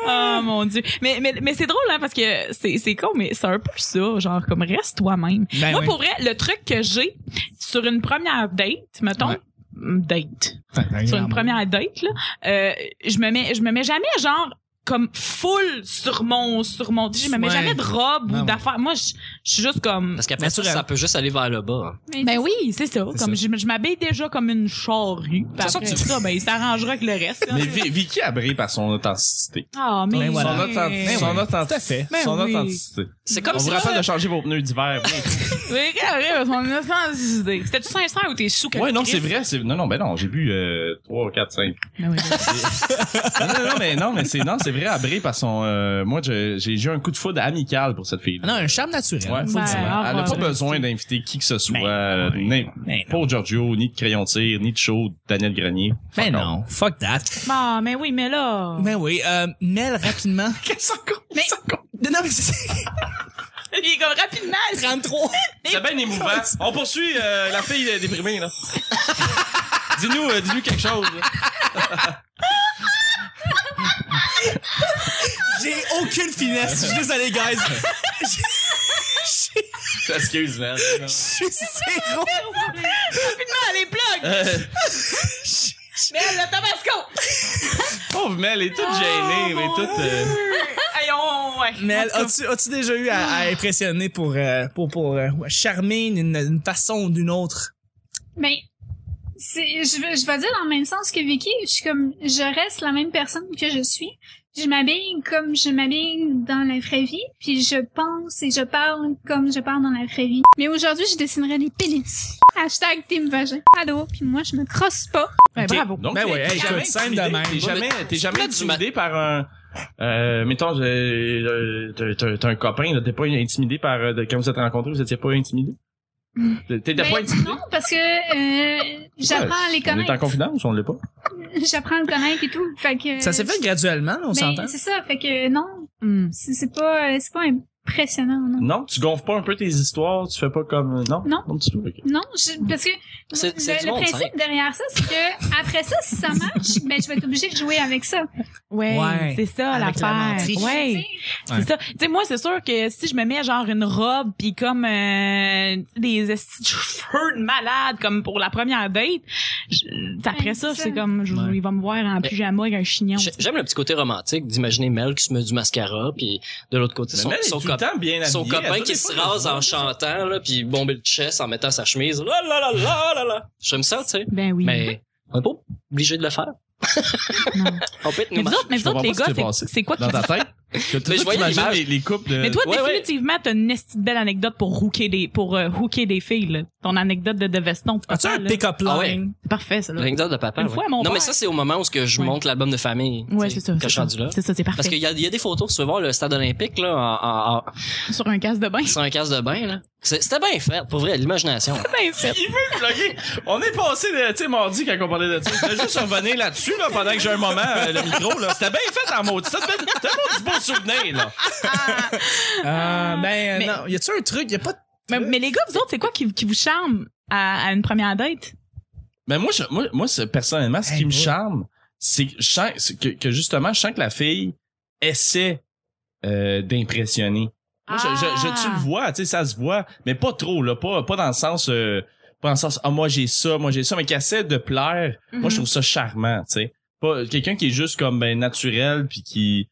Speaker 5: oh mon dieu. Mais, mais, mais c'est drôle, hein, parce que c'est, c'est con, mais c'est un peu ça, genre, comme reste toi-même.
Speaker 2: Ben
Speaker 5: Moi,
Speaker 2: oui.
Speaker 5: pour vrai, le truc que j'ai sur une première date, mettons, mm,
Speaker 2: Ouais.
Speaker 5: date,
Speaker 2: Fait-
Speaker 5: sur une première date, là, euh, je me mets, je me mets jamais, genre, comme full sur mon, sur mon, je me mets
Speaker 2: Ouais.
Speaker 5: jamais de robe
Speaker 2: Non,
Speaker 5: ou
Speaker 2: ouais.
Speaker 5: d'affaires. Moi, je je suis juste comme,
Speaker 3: Parce qu'après ça,
Speaker 2: Naturel.
Speaker 3: ça peut juste aller vers le bas.
Speaker 6: Mais
Speaker 5: Ben
Speaker 6: c'est-
Speaker 5: oui, c'est ça.
Speaker 2: C'est
Speaker 5: Comme je, je m'habille déjà comme une charrue. Puis
Speaker 3: toute façon,
Speaker 5: après
Speaker 3: tu-
Speaker 5: ça, ben il s'arrangera avec le reste.
Speaker 4: Mais Vi- Vicky abrite par son authenticité.
Speaker 5: Ah, mais
Speaker 2: Ben voilà.
Speaker 4: Son,
Speaker 5: Mais
Speaker 4: authenticité.
Speaker 5: oui.
Speaker 4: son
Speaker 2: oui.
Speaker 4: authenticité.
Speaker 2: Tout à fait.
Speaker 5: Ben
Speaker 4: son
Speaker 5: oui.
Speaker 4: authenticité.
Speaker 3: C'est comme
Speaker 4: On
Speaker 3: si
Speaker 4: vous rappelle de changer vos pneus d'hiver. oui.
Speaker 5: Oui, ben, regarde, son authenticité. C'était-tu sincère ou t'es sous
Speaker 4: (laughs) ouais, non, c'est vrai. c'est- Non, non, ben non, j'ai bu euh, 3, 4, 5.
Speaker 5: Ben oui,
Speaker 4: Non,
Speaker 5: ben
Speaker 4: non, non, mais non, mais c'est non, c'est vrai, abrite par son. euh, moi, je- j'ai eu un coup de foudre amical pour cette fille.
Speaker 2: Ah Non, un charme naturel.
Speaker 4: Ouais, faut
Speaker 5: Ben,
Speaker 4: le dire.
Speaker 5: ah,
Speaker 4: Elle a pas
Speaker 5: ouais.
Speaker 4: besoin d'inviter qui que ce soit.
Speaker 2: Ben,
Speaker 4: euh,
Speaker 2: ouais.
Speaker 4: ni-
Speaker 2: Ben non.
Speaker 4: pas au Giorgio, ni de Crayon de Tir, ni de Chaud, Daniel Grenier.
Speaker 2: Ben
Speaker 4: Fuck
Speaker 2: non, fuck that.
Speaker 5: Ah, mais oui, mais là.
Speaker 2: Ben oui, euh, Mel, rapidement.
Speaker 4: (laughs) Qu'est-ce qu'on
Speaker 2: Mais- non, mais c'est
Speaker 5: (laughs) Il est comme rapidement.
Speaker 2: 33.
Speaker 4: C'est bien (laughs) émouvant. On poursuit euh, la fille euh, déprimée, (laughs) là. dis-nous, euh, dis-nous quelque chose. là.
Speaker 2: J'ai aucune finesse. Je suis désolé, guys.
Speaker 1: Excuse, man.
Speaker 2: Je suis zéro.
Speaker 5: Rapidement, les plugs.
Speaker 4: Euh,
Speaker 5: Mais le tabasco.
Speaker 4: pauvre Mel, elle est toute gênée, elle est toute... euh,
Speaker 5: Hey, on, ouais.
Speaker 2: Mel, as-tu as-tu déjà eu à, à impressionner pour, euh, pour, pour euh, ouais, charmer d'une d'une façon ou d'une autre?
Speaker 6: Ben, c'est, je, veux- je vais dire dans le même sens que Vicky, je suis comme, je reste la même personne que je suis. Je m'habille comme je m'habille dans la vraie vie, puis je pense et je parle comme je parle dans la vraie vie. Mais aujourd'hui, je dessinerai des pénis. Hashtag Team Vagin. Allô, puis moi, je me crosse pas.
Speaker 5: Ben,
Speaker 2: Ok.
Speaker 5: bravo.
Speaker 4: Donc,
Speaker 2: Ben
Speaker 4: t'es-
Speaker 2: ouais,
Speaker 4: t'es
Speaker 2: hey,
Speaker 4: jamais
Speaker 2: écoute, simple de
Speaker 4: intimidé,
Speaker 2: même.
Speaker 4: T'es jamais, t'es jamais
Speaker 3: Là, tu
Speaker 4: intimidé par un... Euh, mettons, euh, euh, t'as- t'as un copain, là, t'es pas intimidé par... euh, de- quand vous êtes rencontrés, vous étiez pas intimidé? T'étais
Speaker 6: Ben,
Speaker 4: pas intimidé?
Speaker 6: non, parce que euh, j'apprends à les
Speaker 4: On est en
Speaker 6: connaître.
Speaker 4: confidence, on l'est pas?
Speaker 6: J'apprends à le connaître et tout. Fait que,
Speaker 2: Ça s'est fait graduellement, on
Speaker 6: Ben,
Speaker 2: s'entend?
Speaker 6: c'est ça, fait que non,
Speaker 5: Hmm.
Speaker 6: c'est, c'est pas, euh, c'est pas impressionnant, non.
Speaker 4: Non? Tu gonfles pas un peu tes histoires? Tu fais pas comme... euh, Non?
Speaker 6: Non.
Speaker 4: Non, du tout, ok.
Speaker 6: Non, je- parce que
Speaker 3: C'est-
Speaker 6: le,
Speaker 3: c'est du
Speaker 6: le
Speaker 3: monde,
Speaker 6: principe derrière ça, c'est que après ça, si ça marche, ben je vais être obligée de jouer avec ça.
Speaker 5: Ouais,
Speaker 2: Ouais.
Speaker 5: c'est ça
Speaker 2: Avec la
Speaker 5: l'affaire.
Speaker 2: menterie.
Speaker 5: ouais. C'est ça. Tu sais, moi, c'est sûr que si je me mets genre une robe puis comme euh, des esti de cheveux de malade comme pour la première date, je- après
Speaker 6: Ouais,
Speaker 5: ça,
Speaker 6: c'est
Speaker 5: c'est
Speaker 6: ça.
Speaker 5: comme je,
Speaker 2: Ouais.
Speaker 5: il va me voir en
Speaker 3: Mais-
Speaker 5: pyjama avec un chignon.
Speaker 3: J'ai- J'aime le petit côté romantique d'imaginer Mel qui se met du mascara, puis de l'autre côté,
Speaker 4: Mais
Speaker 3: son,
Speaker 4: Mel est
Speaker 3: son
Speaker 4: tout le
Speaker 3: cop-
Speaker 4: temps bien habillé.
Speaker 3: son copain
Speaker 4: Elle
Speaker 3: qui
Speaker 4: fait
Speaker 3: se
Speaker 4: des fois,
Speaker 3: rase
Speaker 4: elle
Speaker 3: en chantant, là, puis bomber le chest en mettant sa chemise. La la la la la la. J'aime ça, tu sais.
Speaker 5: Ben oui.
Speaker 3: Mais on n'est pas obligé de le faire.
Speaker 5: Non.
Speaker 3: (laughs) On peut être
Speaker 5: mais
Speaker 3: nous
Speaker 5: vous autres, mais vous
Speaker 4: Je comprends
Speaker 5: autres
Speaker 4: pas ce
Speaker 5: les
Speaker 4: qui s'est
Speaker 5: gars,
Speaker 4: passé.
Speaker 5: c'est- c'est quoi qui
Speaker 4: Dans ta
Speaker 3: (laughs)
Speaker 4: tête? Que
Speaker 3: Mais
Speaker 4: tu
Speaker 3: je voyais
Speaker 4: imagines
Speaker 3: l'image.
Speaker 4: les, les couples de...
Speaker 5: Mais toi,
Speaker 3: Ouais, ouais.
Speaker 5: définitivement, t'as une esti de belle anecdote pour hooker des, pour euh, hooker des filles, là. Ton anecdote de, de veston. pis
Speaker 2: As-tu
Speaker 5: papa,
Speaker 2: un
Speaker 5: là.
Speaker 2: pick-up line?
Speaker 3: Ah ouais.
Speaker 5: C'est parfait, ça, là.
Speaker 3: L'anecdote de papa.
Speaker 5: Une
Speaker 3: ouais.
Speaker 5: fois, mon
Speaker 3: non, mais
Speaker 5: père-
Speaker 3: ça, c'est au moment où ce que je
Speaker 5: Ouais.
Speaker 3: montre l'album de famille.
Speaker 5: Ouais,
Speaker 3: tu
Speaker 5: c'est
Speaker 3: sais,
Speaker 5: ça.
Speaker 3: Quand
Speaker 5: c'est
Speaker 3: je suis
Speaker 5: ça.
Speaker 3: rendu là.
Speaker 5: C'est ça, c'est
Speaker 3: Parce qu'il
Speaker 5: parfait.
Speaker 3: y, a- il y a des photos, tu veux voir le stade olympique, là, en- en- en-
Speaker 5: Sur un casse de bain.
Speaker 3: sur un casque de bain, là. C'est- C'était bien fait, pour vrai, l'imagination.
Speaker 5: Ben, fait.
Speaker 4: Il veut plugger. On est passé de, tu sais, mardi quand on parlait de ça. Je voulais juste revenir là-dessus, là, pendant que j'ai un moment, euh, le micro, là. C'était bien fait en mode. C'était bien, c'était un beau souvenir, là.
Speaker 2: Euh, ben,
Speaker 5: Ah Mais-
Speaker 2: non. Y a-tu un truc? Y a pas de...
Speaker 5: Mais, mais les gars, vous autres, c'est quoi qui, qui vous charme à, à une première date?
Speaker 4: Mais moi, je- moi, moi, c'est- personnellement, ce qui
Speaker 2: Hey,
Speaker 4: me
Speaker 2: boy.
Speaker 4: charme, c'est que, je sens- c'est que, que justement, je sens que la fille essaie euh, d'impressionner. Moi, je, je, je- tu
Speaker 2: Ah!
Speaker 4: le vois, tu sais, ça se voit, mais pas trop, là, pas, pas dans le sens, euh, pas dans le sens, ah, moi j'ai ça, moi j'ai ça, mais qu'elle essaie de plaire. Moi,
Speaker 2: Mm-hmm.
Speaker 4: je trouve ça charmant, tu sais. Pas quelqu'un qui est juste comme ben naturel puis qui.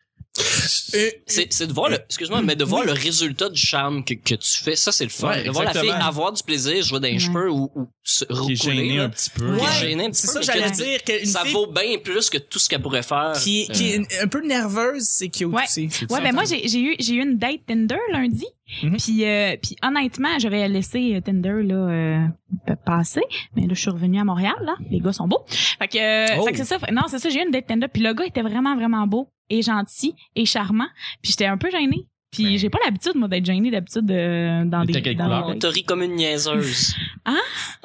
Speaker 3: C'est c'est de voir le, excuse-moi, mais de voir le résultat du charme que, que tu fais, ça c'est le fun.
Speaker 4: Ouais,
Speaker 3: de voir la fille
Speaker 4: exactement.
Speaker 3: avoir du plaisir, jouer d'un
Speaker 5: Ouais.
Speaker 3: cheveux ou, ou se
Speaker 4: qui est
Speaker 3: recouler.
Speaker 4: gêné
Speaker 3: là.
Speaker 4: un petit peu.
Speaker 3: Qui
Speaker 2: Ouais.
Speaker 3: est gêné un petit
Speaker 2: C'est
Speaker 3: peu,
Speaker 2: ça,
Speaker 3: mais
Speaker 2: j'allais
Speaker 3: que-
Speaker 2: dire qu'une
Speaker 3: Ça
Speaker 2: fille
Speaker 3: vaut bien plus que tout ce qu'elle pourrait faire.
Speaker 2: qui,
Speaker 3: Euh,
Speaker 2: qui est un peu nerveuse, c'est cute
Speaker 5: Ouais.
Speaker 2: aussi.
Speaker 5: Ouais, ben moi, j'ai j'ai eu, j'ai eu une date Tinder lundi.
Speaker 2: Mhm.
Speaker 5: Puis, euh, puis honnêtement, j'avais laissé euh, Tinder là, euh, p- passer. Mais là, je suis revenue à Montréal. Là. Les gars sont beaux. Fait que, euh,
Speaker 2: Oh.
Speaker 5: fait que c'est ça. Fait- Non, c'est ça, j'ai eu une date Tinder. Puis le gars était vraiment, vraiment beau et gentil et charmant. Puis j'étais un peu gênée. Puis
Speaker 4: Ben.
Speaker 5: j'ai pas l'habitude, moi, d'être gênée d'habitude euh, dans
Speaker 4: Mais
Speaker 5: des...
Speaker 4: t'as quelle
Speaker 5: dans
Speaker 4: couleur?
Speaker 5: des-
Speaker 3: on te rit comme une niaiseuse.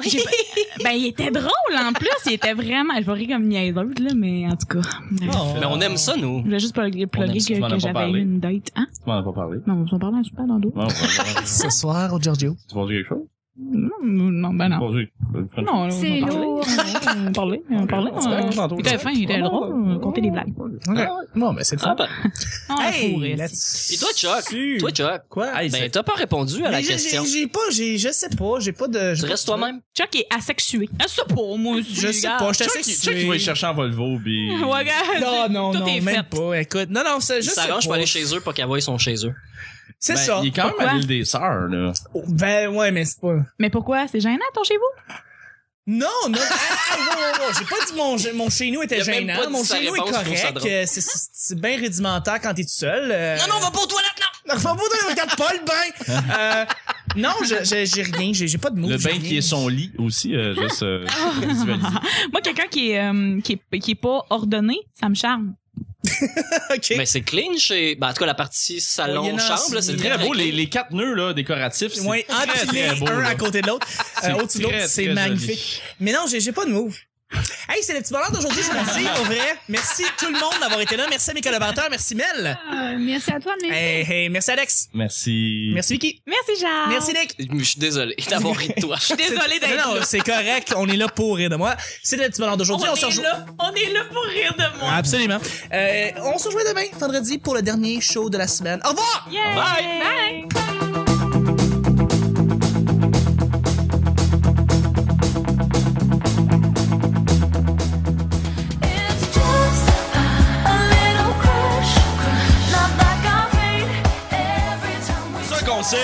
Speaker 5: J'ai pas- (laughs) ben, il était drôle en plus. Il était vraiment... Je vais rire comme une niaiseuse, là, mais en tout cas... bref.
Speaker 3: (laughs)
Speaker 2: Oh.
Speaker 3: mais on aime ça, nous.
Speaker 5: Je voulais juste plugger plugger
Speaker 4: aime ça, tu m'en
Speaker 5: que,
Speaker 4: as
Speaker 5: que
Speaker 4: pas
Speaker 5: j'avais
Speaker 4: parlé.
Speaker 5: eu une date. Hein?
Speaker 4: Tu m'en as pas parlé.
Speaker 5: Non, on s'en parle un super dans le dos. (laughs)
Speaker 4: Non, on va- on va-
Speaker 2: Ce soir, au Giorgio.
Speaker 4: tu vas dire quelque chose?
Speaker 5: Non, non, ben non.
Speaker 4: Bon, j'ai-
Speaker 5: Non, on
Speaker 6: C'est
Speaker 5: a parlé.
Speaker 6: lourd.
Speaker 5: On a parlé, on a parlé.
Speaker 4: C'est vrai,
Speaker 5: on a-
Speaker 4: tantôt,
Speaker 5: Il était
Speaker 4: exact.
Speaker 5: fin, il était
Speaker 4: Ouais,
Speaker 5: drôle,
Speaker 4: ouais,
Speaker 5: on a compté des blagues.
Speaker 2: Bon, mais c'est le
Speaker 3: Ah,
Speaker 2: fun.
Speaker 3: ben,
Speaker 5: Ah, on pourrait, si.
Speaker 2: let's-
Speaker 3: Et toi, Chuck?
Speaker 2: Su-
Speaker 3: Toi, Chuck,
Speaker 2: Quoi?
Speaker 4: Hey,
Speaker 3: ben,
Speaker 4: c'est-
Speaker 3: t'as pas répondu à la
Speaker 2: Mais j'ai-
Speaker 3: question.
Speaker 2: J'ai j'ai pas, j'ai, je sais pas, j'ai pas de.
Speaker 3: Tu restes toi-même?
Speaker 5: Chuck est asexué. Ah, ça pour moi, aussi,
Speaker 2: Je sais
Speaker 5: regarde.
Speaker 2: pas, je
Speaker 4: Chuck,
Speaker 2: t'assure
Speaker 4: Chuck, il va y chercher en Volvo, pis...
Speaker 5: (laughs) Ouais, regarde.
Speaker 2: Non, non,
Speaker 5: Tout
Speaker 2: non,
Speaker 5: est
Speaker 2: même
Speaker 5: fait.
Speaker 2: pas. Écoute, non, non, c'est
Speaker 3: Ils
Speaker 2: juste.
Speaker 3: s'arrangent pour aller chez eux pour qu'à voix, ils sont chez eux.
Speaker 2: C'est
Speaker 4: Ben,
Speaker 2: ça.
Speaker 4: Il est quand même à
Speaker 5: Pourquoi?
Speaker 4: l'île des Sœurs, là.
Speaker 2: Oh, Ben ouais, mais c'est pas.
Speaker 5: Mais pourquoi? C'est gênant, ton chez vous?
Speaker 2: Non, non, (laughs) Ah, hey, wow, wow, wow, j'ai pas dit mon, je- mon chez nous
Speaker 3: Il
Speaker 2: était
Speaker 3: a même
Speaker 2: gênant.
Speaker 3: pas dit
Speaker 2: Mon
Speaker 3: sa
Speaker 2: chez nous est
Speaker 3: réponse, je trouve ça
Speaker 2: correct.
Speaker 3: drôle.
Speaker 2: euh, C'est, c'est- c'est bien rudimentaire quand t'es tout seul. euh.
Speaker 3: pas aux toilettes, non!
Speaker 2: Non, va pas dans- regarde pas le
Speaker 4: (laughs)
Speaker 2: bain. Euh, non, je- je- j'ai rien, j'ai, j'ai pas de mots.
Speaker 4: Le
Speaker 2: j'ai
Speaker 4: bain
Speaker 2: rien.
Speaker 4: qui est son lit aussi, euh, juste euh, visualiser.
Speaker 5: Moi, quelqu'un qui est, euh, qui est, qui est pas ordonné, ça me charme.
Speaker 2: (laughs) Ok.
Speaker 3: Mais c'est clean chez, ben, en tout cas, la partie
Speaker 2: Il y en a-
Speaker 3: salon-chambre, là, c'est
Speaker 2: il y en a
Speaker 4: Très beau, les,
Speaker 3: clean.
Speaker 4: les quatre nœuds là, décoratifs. c'est
Speaker 2: Ouais,
Speaker 4: très,
Speaker 2: empilés,
Speaker 4: très beau,
Speaker 2: un
Speaker 4: là.
Speaker 2: à côté de l'autre,
Speaker 4: C'est
Speaker 2: euh, au-dessus de l'autre,
Speaker 4: très,
Speaker 2: c'est
Speaker 4: très
Speaker 2: magnifique.
Speaker 4: joli.
Speaker 2: Mais non, j'ai j'ai pas de move. Hey, c'est le petit bonheur d'aujourd'hui, je vous le dis, pour vrai. Merci tout le monde d'avoir été là. Merci à mes collaborateurs. Merci Mel.
Speaker 6: Euh, merci à toi, mais
Speaker 2: Hey, hey, merci Alex.
Speaker 4: Merci.
Speaker 2: Merci Vicky.
Speaker 5: Merci, Charles.
Speaker 2: Merci Nick.
Speaker 3: Je suis désolé d'avoir ri de toi.
Speaker 5: Je suis désolée d'être
Speaker 2: Non, non,
Speaker 5: là.
Speaker 2: c'est correct. On est là pour rire de moi. C'est le petit bonheur d'aujourd'hui. On,
Speaker 5: On
Speaker 2: se
Speaker 5: est
Speaker 2: rejoint.
Speaker 5: là. On est là pour rire de moi.
Speaker 2: Absolument. Euh, on se rejoint demain, vendredi, pour le dernier show de la semaine. Au revoir!
Speaker 5: Yeah.
Speaker 3: Bye.
Speaker 5: Bye.
Speaker 7: It's just a little crush, not like I hate every time we.
Speaker 4: C'est ça qu'on sait.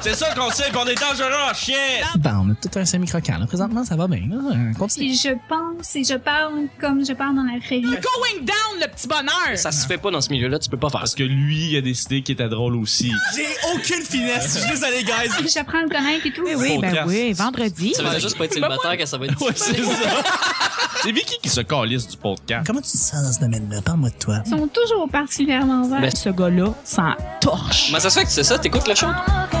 Speaker 4: C'est ça qu'on sait, qu'on est dangereux en chien.
Speaker 2: Bon, on a tout un semi-croquant. Là. Présentement, ça va bien. Là. Continue.
Speaker 6: Puis je pense et je parle comme je parle dans la vraie vie.
Speaker 5: Going down, le petit bonheur.
Speaker 3: Ça se fait pas dans ce milieu-là, tu peux pas faire
Speaker 4: Parce
Speaker 3: ça.
Speaker 4: que lui, il a décidé qu'il était drôle aussi.
Speaker 2: J'ai aucune finesse. Je suis désolé, guys.
Speaker 6: Puis J'apprends à le connaître et tout.
Speaker 5: oui, ben
Speaker 4: Podcast.
Speaker 5: oui, vendredi.
Speaker 3: Ça veut dire juste pas être célibataire que ça va être difficile.
Speaker 4: C'est Vicky qui se calisse du podcast.
Speaker 2: Comment tu te sens dans ce domaine-là? Parle-moi de toi.
Speaker 3: Ben,
Speaker 6: Ils sont toujours particulièrement verts.
Speaker 5: Ce Ben, gars-là s'en torche.
Speaker 3: Mais ça se fait que c'est ça, t'écoutes le show.
Speaker 7: Look